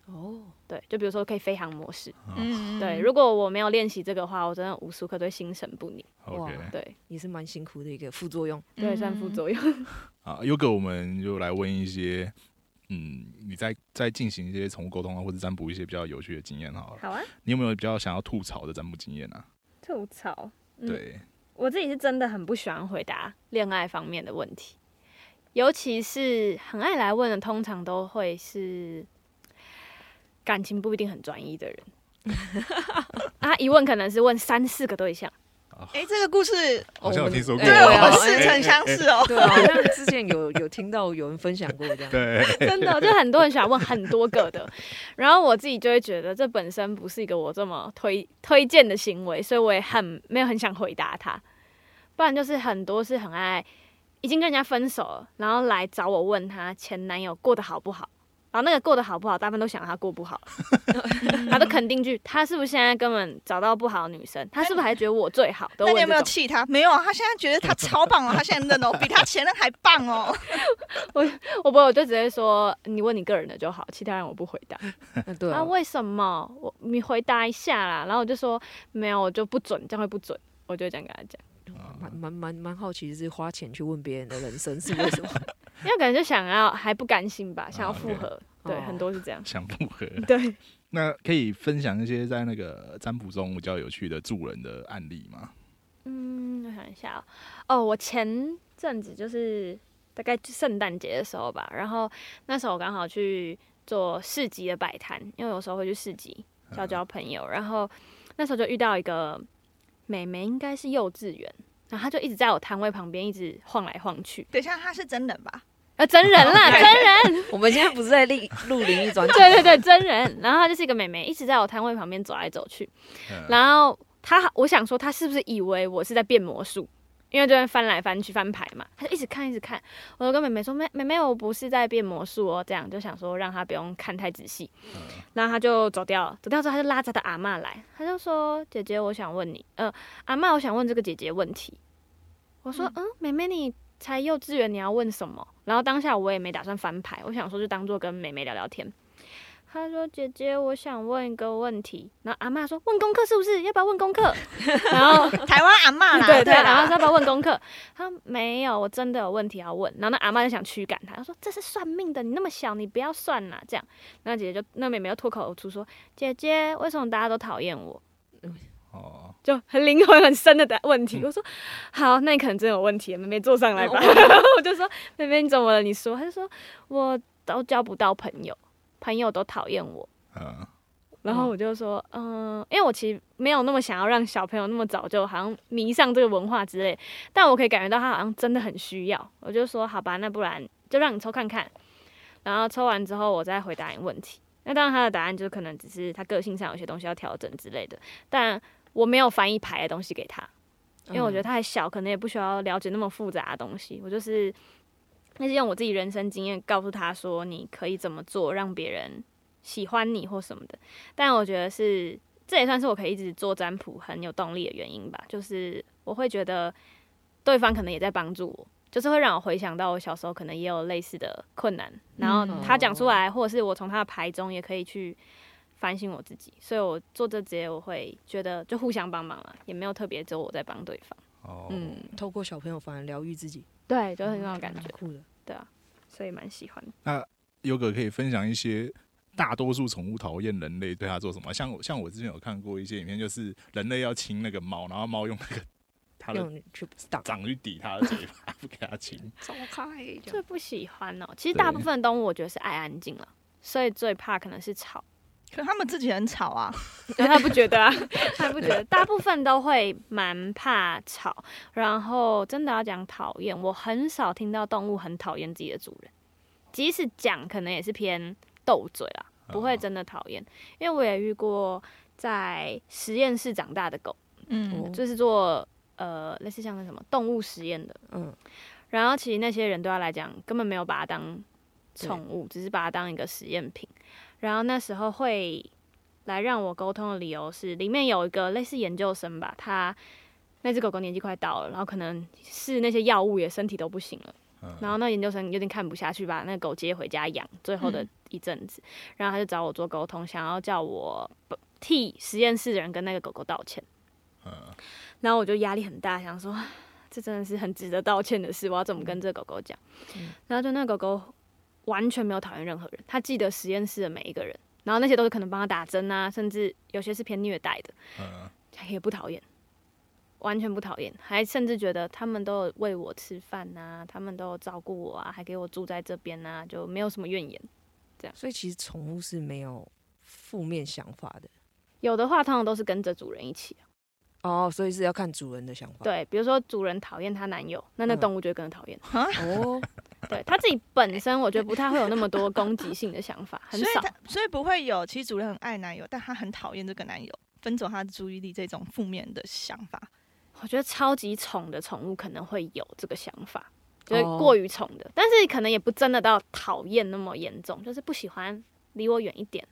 B: 哦，
E: 对，就比如说可以飞行模式。
C: 嗯，
E: 对，如果我没有练习这个的话，我真的无时无刻都会心神不宁。
D: OK，
B: 哇
E: 对，
B: 也是蛮辛苦的一个副作用。
E: 对，算副作用。
D: 啊，优格，我们就来问一些，嗯，你在在进行一些宠物沟通啊，或者占卜一些比较有趣的经验好了。
E: 好啊，
D: 你有没有比较想要吐槽的占卜经验啊？
E: 吐槽。嗯
D: 对，
E: 我自己是真的很不喜欢回答恋爱方面的问题，尤其是很爱来问的，通常都会是感情不一定很专一的人。啊，一问可能是问三四个对象，
C: 哎，这个故事
E: 哦
D: 好像有听说过
B: 哎
C: 对
B: 对啊
C: 我们
B: 哎
C: 似曾相识哦。
B: 对 啊，好像之前有有听到有人分享过这样。
D: 对，
E: 真的就很多人喜欢问很多个的， 然后我自己就会觉得这本身不是一个我这么推推荐的行为，所以我也很没有很想回答他。不然就是很多是很爱已经跟人家分手了，然后来找我问他前男友过得好不好，然后那个过得好不好，大部分都想他过不好， 他都肯定句，他是不是现在根本找到不好的女生，他是不是还觉得我最好？都
C: 那
E: 问
C: 你有
E: 这
C: 没有
E: 种，
C: 气他？没有啊，他现在觉得他超棒哦，他现在认哦，比他前任还棒哦。
E: 我不会，我就直接说你问你个人的就好，其他人我不回答。
B: 嗯对
E: 啊，
B: 啊，
E: 为什么？我你回答一下啦。然后我就说没有，我就不准，这样会不准。我就这样跟他讲，
B: 蛮蛮蛮蛮好奇，就是花钱去问别人的人生是为什么？
E: 因为可能就想要还不甘心吧，想要
D: 啊
E: 复
D: 对
E: 合。对，
B: 哦
E: 很多是这样。
D: 想不合。
E: 对，
D: 那可以分享一些在那个占卜中比较有趣的助人的案例吗？
E: 嗯，我想一下哦，哦我前阵子就是大概圣诞节的时候吧，然后那时候我刚好去做市集的摆摊，因为有时候会去市集交交朋友，然后那时候就遇到一个妹妹，应该是幼稚园，然后她就一直在我摊位旁边一直晃来 晃去，
C: 等一下，他是真人吧？
E: 呃，真人啦，真人，
B: 我们现在不是在另录灵异专 辑，
E: 对对对，真人。然后她就是一个妹妹，一直在我摊位旁边走来走去。
D: 嗯
E: 然后她，我想说，她是不是以为我是在变魔术？因为这边翻来翻去翻牌嘛，她就一直看一直看。我就跟妹妹说：“妹妹妹，我不是在变魔术哦。”这样就想说让她不用看太仔细。然后她就走掉了。走掉之后，她就拉着她阿嬷来，她就说：“姐姐，我想问你，呃，阿嬷，我想问这个姐姐问题。”我说：“嗯，妹妹你才幼稚园，你要问什么？”然后当下我也没打算翻牌，我想说就当做跟妹妹聊聊天。她说：“姐姐，我想问一个问题。”然后阿嬷说：“问功课是不是？要不要问功课？”然后
C: 台湾阿嬷啦，
E: 对
C: 对啦
E: 对，然后说要不要问功课？他说没有，我真的有问题要问。然后那阿妈就想驱赶他，她说这是算命的，你那么小，你不要算啦。这样，那姐姐就那妹妹就脱口而出说：“姐姐，为什么大家都讨厌我？”
D: 哦，
E: 就很灵魂很深的答问题。我说好，那你可能真的有问题，妹妹坐上来吧。
C: 嗯
E: 我就说妹妹你怎么了？你说，她就说我都交不到朋友，朋友都讨厌我。
D: 嗯，
E: 然后我就说，嗯、因为我其实没有那么想要让小朋友那么早就好像迷上这个文化之类，但我可以感觉到他好像真的很需要。我就说，好吧，那不然就让你抽看看，然后抽完之后我再回答你问题。那当然，他的答案就是可能只是他个性上有些东西要调整之类的，但我没有翻译牌的东西给他，因为我觉得他还小，可能也不需要了解那么复杂的东西。我就是，那是用我自己人生经验告诉他说，你可以怎么做让别人喜欢你或什么的。但我觉得是这也算是我可以一直做占卜很有动力的原因吧。就是我会觉得对方可能也在帮助我，就是会让我回想到我小时候可能也有类似的困难，然后他讲出来，或者是我从他的牌中也可以去反省我自己。所以我做这职业，我会觉得就互相帮忙了，也没有特别只有我在帮对方。
D: 哦，
E: 嗯，
B: 透过小朋友反而疗愈自己，
E: 对，就是那种感觉
B: 蛮，酷的。
E: 对啊，所以蛮喜欢的。
D: 那优格可以分享一些大多数宠物讨厌人类对它做什么？像我像我之前有看过一些影片，就是人类要亲那个猫，然后猫用那个它的
B: 让你去挡，
D: 掌去抵它的嘴巴，不给它亲。
C: 走开！
E: 最不喜欢哦、其实
D: 对
E: 大部分动物我觉得是爱安静了，所以最怕可能是吵。
C: 可他们自己很吵啊，
E: 他不觉得啊，他不觉得，大部分都会蛮怕吵。然后真的要讲讨厌，我很少听到动物很讨厌自己的主人，即使讲，可能也是偏斗嘴啦，
D: 嗯
E: 不
D: 啊
E: 会真的讨厌。因为我也遇过在实验室长大的狗，
B: 哦
C: 嗯，
E: 就是做呃类似像那什么动物实验的，
B: 嗯，
E: 然后其实那些人对他来讲根本没有把它当宠物，只是把它当一个实验品。然后那时候会来让我沟通的理由是，里面有一个类似研究生吧，他那只狗狗年纪快到了，然后可能是那些药物也身体都不行了。
D: 嗯
E: 然后那研究生有点看不下去，把那个狗接回家养，最后的
C: 嗯
E: 一阵子，然后他就找我做沟通，想要叫我不替实验室的人跟那个狗狗道歉。
D: 嗯
E: 然后我就压力很大，想说这真的是很值得道歉的事，我要怎么跟这个狗狗讲？然后就那个狗狗完全没有讨厌任何人，它记得实验室的每一个人，然后那些都是可能帮它打针啊，甚至有些是偏虐待的，
D: 嗯，
E: 它也不讨厌，完全不讨厌，还甚至觉得他们都有喂我吃饭呐、他们都有照顾我啊，还给我住在这边呐、就没有什么怨言。
B: 所以其实宠物是没有负面想法的
E: 有的话，通常都是跟着主人一起。啊
B: 哦，所以是要看主人的想法。
E: 对，比如说主人讨厌她男友，那那
B: 嗯
E: 动物就会跟着讨厌。
B: 哦，
E: 对他自己本身，我觉得不太会有那么多攻击性的想法，很
C: 所以
E: 少。
C: 他所以不会有，其实主人很爱男友，但他很讨厌这个男友，分走他的注意力这种负面的想法。
E: 我觉得超级宠的宠物可能会有这个想法，就是过于宠的，但是可能也不真的到讨厌那么严重，就是不喜欢，离我远一点。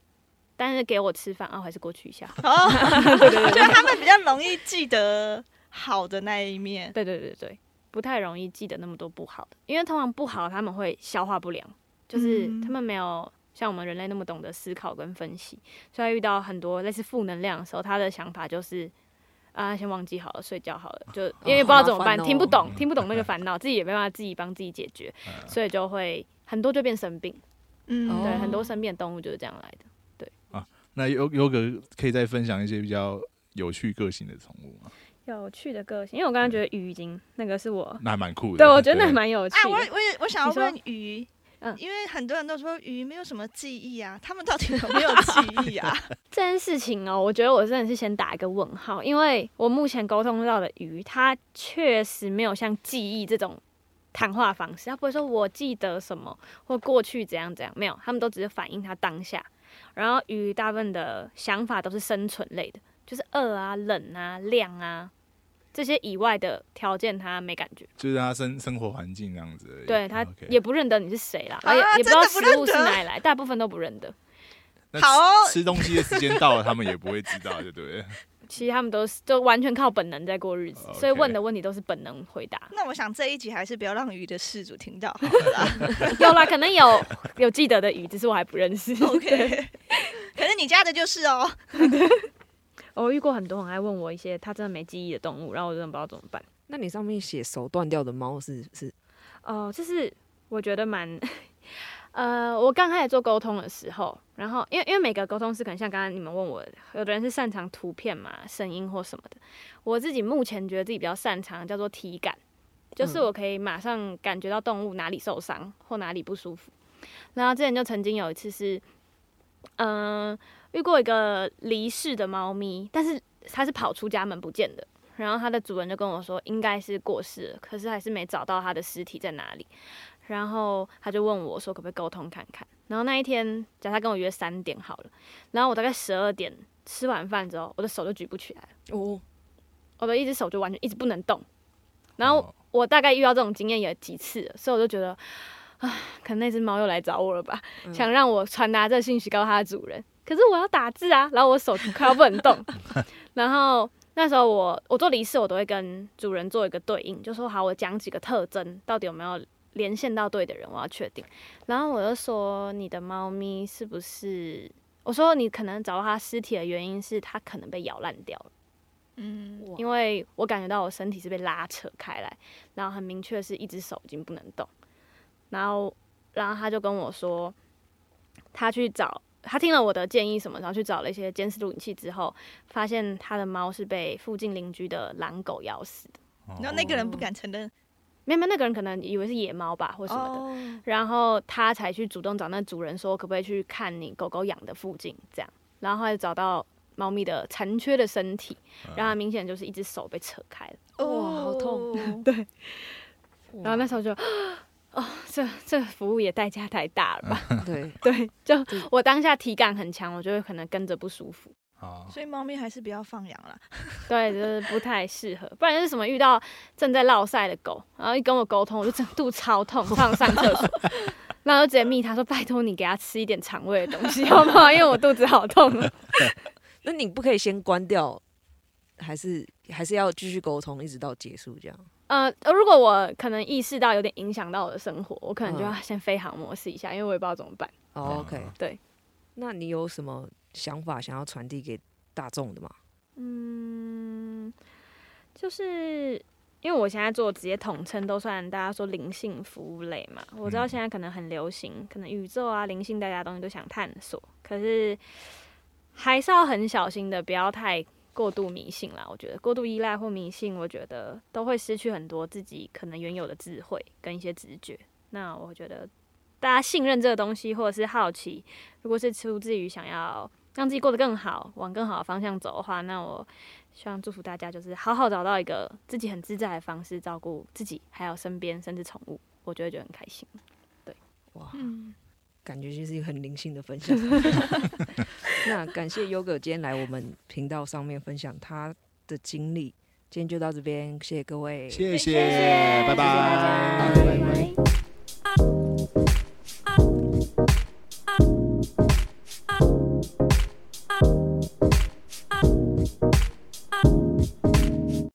E: 但是给我吃饭啊，我还是过去一下。
C: 哦，我觉得他们比较容易记得好的那一面。
E: 对对对对，不太容易记得那么多不好的，因为通常不好他们会消化不良，就是
C: 嗯
E: 他们没有像我们人类那么懂得思考跟分析，所以他遇到很多类似负能量的时候，他的想法就是啊，先忘记好了，睡觉好了，就因为不知道怎
B: 好
E: 么
B: 麻
E: 办，
B: 烦哦
E: 听不懂，听不懂那个烦恼，自己也没办法自己帮自己解决，
B: 嗯
E: 所以就会很多就变生病，
C: 嗯
E: 对，
B: 哦
E: 很多生病的动物就是这样来的。
D: 那优优格可以再分享一些比较有趣个性的宠物吗？
E: 有趣的个性，因为我刚刚觉得鱼已经那个是我，
D: 那还蛮酷的。
E: 对我觉得那蛮有趣
C: 啊，我
E: 的，
C: 我也我想要
E: 你说
C: 问鱼，
E: 嗯
C: 因为很多人都说鱼没有什么记忆啊，他们到底有没有记忆啊？
E: 这件事情哦，我觉得我真的是先打一个问号，因为我目前沟通到的鱼，它确实没有像记忆这种谈话方式，它不会说我记得什么或过去怎样怎样，没有，他们都只是反映它当下。然后鱼大部分的想法都是生存类的，就是饿啊、冷啊、亮啊这些以外的条件，它没感觉，
D: 就是它生生活环境这样子而已。
E: 对它
D: OK
E: 也不认得你是谁啦，
C: 啊
E: 也也不知道
C: 真的不
E: 食物是
C: 认得
E: 哪里来，大部分都不认得。
D: 那
C: 好哦。
D: 吃吃东西的时间到了，他们也不会知道，对不对？
E: 其实他们都是就完全靠本能在过日子
D: OK
E: 所以问的问题都是本能回答
C: 那我想这一集还是不要让鱼的事主听到好 了。
E: 有啦，可能有 有记得的鱼，只是我还不认识。
C: OK，可 是你家的就是哦。
E: 哦我遇过很多很爱问我一些他真的没记忆的动物，然后我真的不知道怎么办。
B: 那你上面写手断掉的猫是是
E: 哦、就是我觉得蛮，呃，我刚开始做沟通的时候，然后因为因为每个沟通师可能像刚刚你们问我的，有的人是擅长图片嘛、声音或什么的。我自己目前觉得自己比较擅长叫做体感，就是
B: 嗯
E: 我可以马上感觉到动物哪里受伤或哪里不舒服。然后之前就曾经有一次是，嗯、遇过一个离世的猫咪，但是它是跑出家门不见的。然后它的主人就跟我说，应该是过世了，可是还是没找到它的尸体在哪里。然后他就问我说，可不可以沟通看看？然后那一天，假设他跟我约三点好了，然后我大概十二点吃完饭之后，我的手就举不起来了，
B: 哦，
E: 我的一只手就完全一直不能动。然后我大概遇到这种经验也几次了，所以我就觉得，啊，可能那只猫又来找我了吧，
B: 嗯
E: 想让我传达这信息告诉它的主人。可是我要打字啊，然后我手快要不能动，然后。那时候我我做离世，我都会跟主人做一个对应，就说好，我讲几个特征，到底有没有连线到对的人，我要确定。然后我就说你的猫咪是不是？我说你可能找到它尸体的原因是它可能被咬烂掉了，
C: 嗯，
E: 因为我感觉到我身体是被拉扯开来，然后很明确是一只手已经不能动。然后然后他就跟我说，他去找他听了我的建议什么，然后去找了一些监视录影器之后，发现他的猫是被附近邻居的狼狗咬死的。
D: 哦
C: 然后那个人不敢承认
E: 没有，没有那个人可能以为是野猫吧，或什么的，
C: 哦，
E: 然后他才去主动找那主人说，可不可以去看你狗狗养的附近这样。然后他就找到猫咪的残缺的身体，
D: 嗯哦
E: 然后它明显就是一只手被扯开了。
C: 哦
B: 哇好痛
C: 痛，
E: 然后那时候就， 哦，这这服务也代价太大了吧？
B: 对，
E: 对，就我当下体感很强，我就会可能跟着不舒服。
D: 啊，
C: 所以猫咪还是不要放养啦。
E: 对，就是不太适合。不然就是什么遇到正在落晒的狗，然后一跟我沟通，我就整个肚超痛，上上厕所，然后就直接密他说：“拜托你给他吃一点肠胃的东西好不好？因为我肚子好痛。
B: 那你不可以先关掉，还是还是要继续沟通，一直到结束这样？”
E: 呃，如果我可能意识到有点影响到我的生活，我可能就要先飞航模式一下，因为我也不知道怎么办。
B: 哦
D: 嗯
B: OK，
E: 对。
B: 那你有什么想法想要传递给大众的吗？
E: 嗯，就是因为我现在做职业统称都算大家说灵性服务类嘛，我知道
D: 嗯
E: 现在可能很流行，可能宇宙啊、灵性，大家东西都想探索，可是还是要很小心的，不要太过度迷信啦。我觉得过度依赖或迷信，我觉得都会失去很多自己可能原有的智慧跟一些直觉。那我觉得大家信任这个东西，或者是好奇，如果是出自于想要让自己过得更好，往更好的方向走的话，那我希望祝福大家，就是好好找到一个自己很自在的方式照顾自己，还有身边甚至宠物，我就会觉得很开心。
B: 哇，
C: 嗯，
B: 感觉就是一个很灵性的分享。 那感谢优哥今天来我们频道上面分享他的经历，今天就到这边，谢谢各位，
C: 谢
D: 谢
C: 谢
D: 拜
C: 谢谢大
D: 拜
C: 家。
E: 拜拜。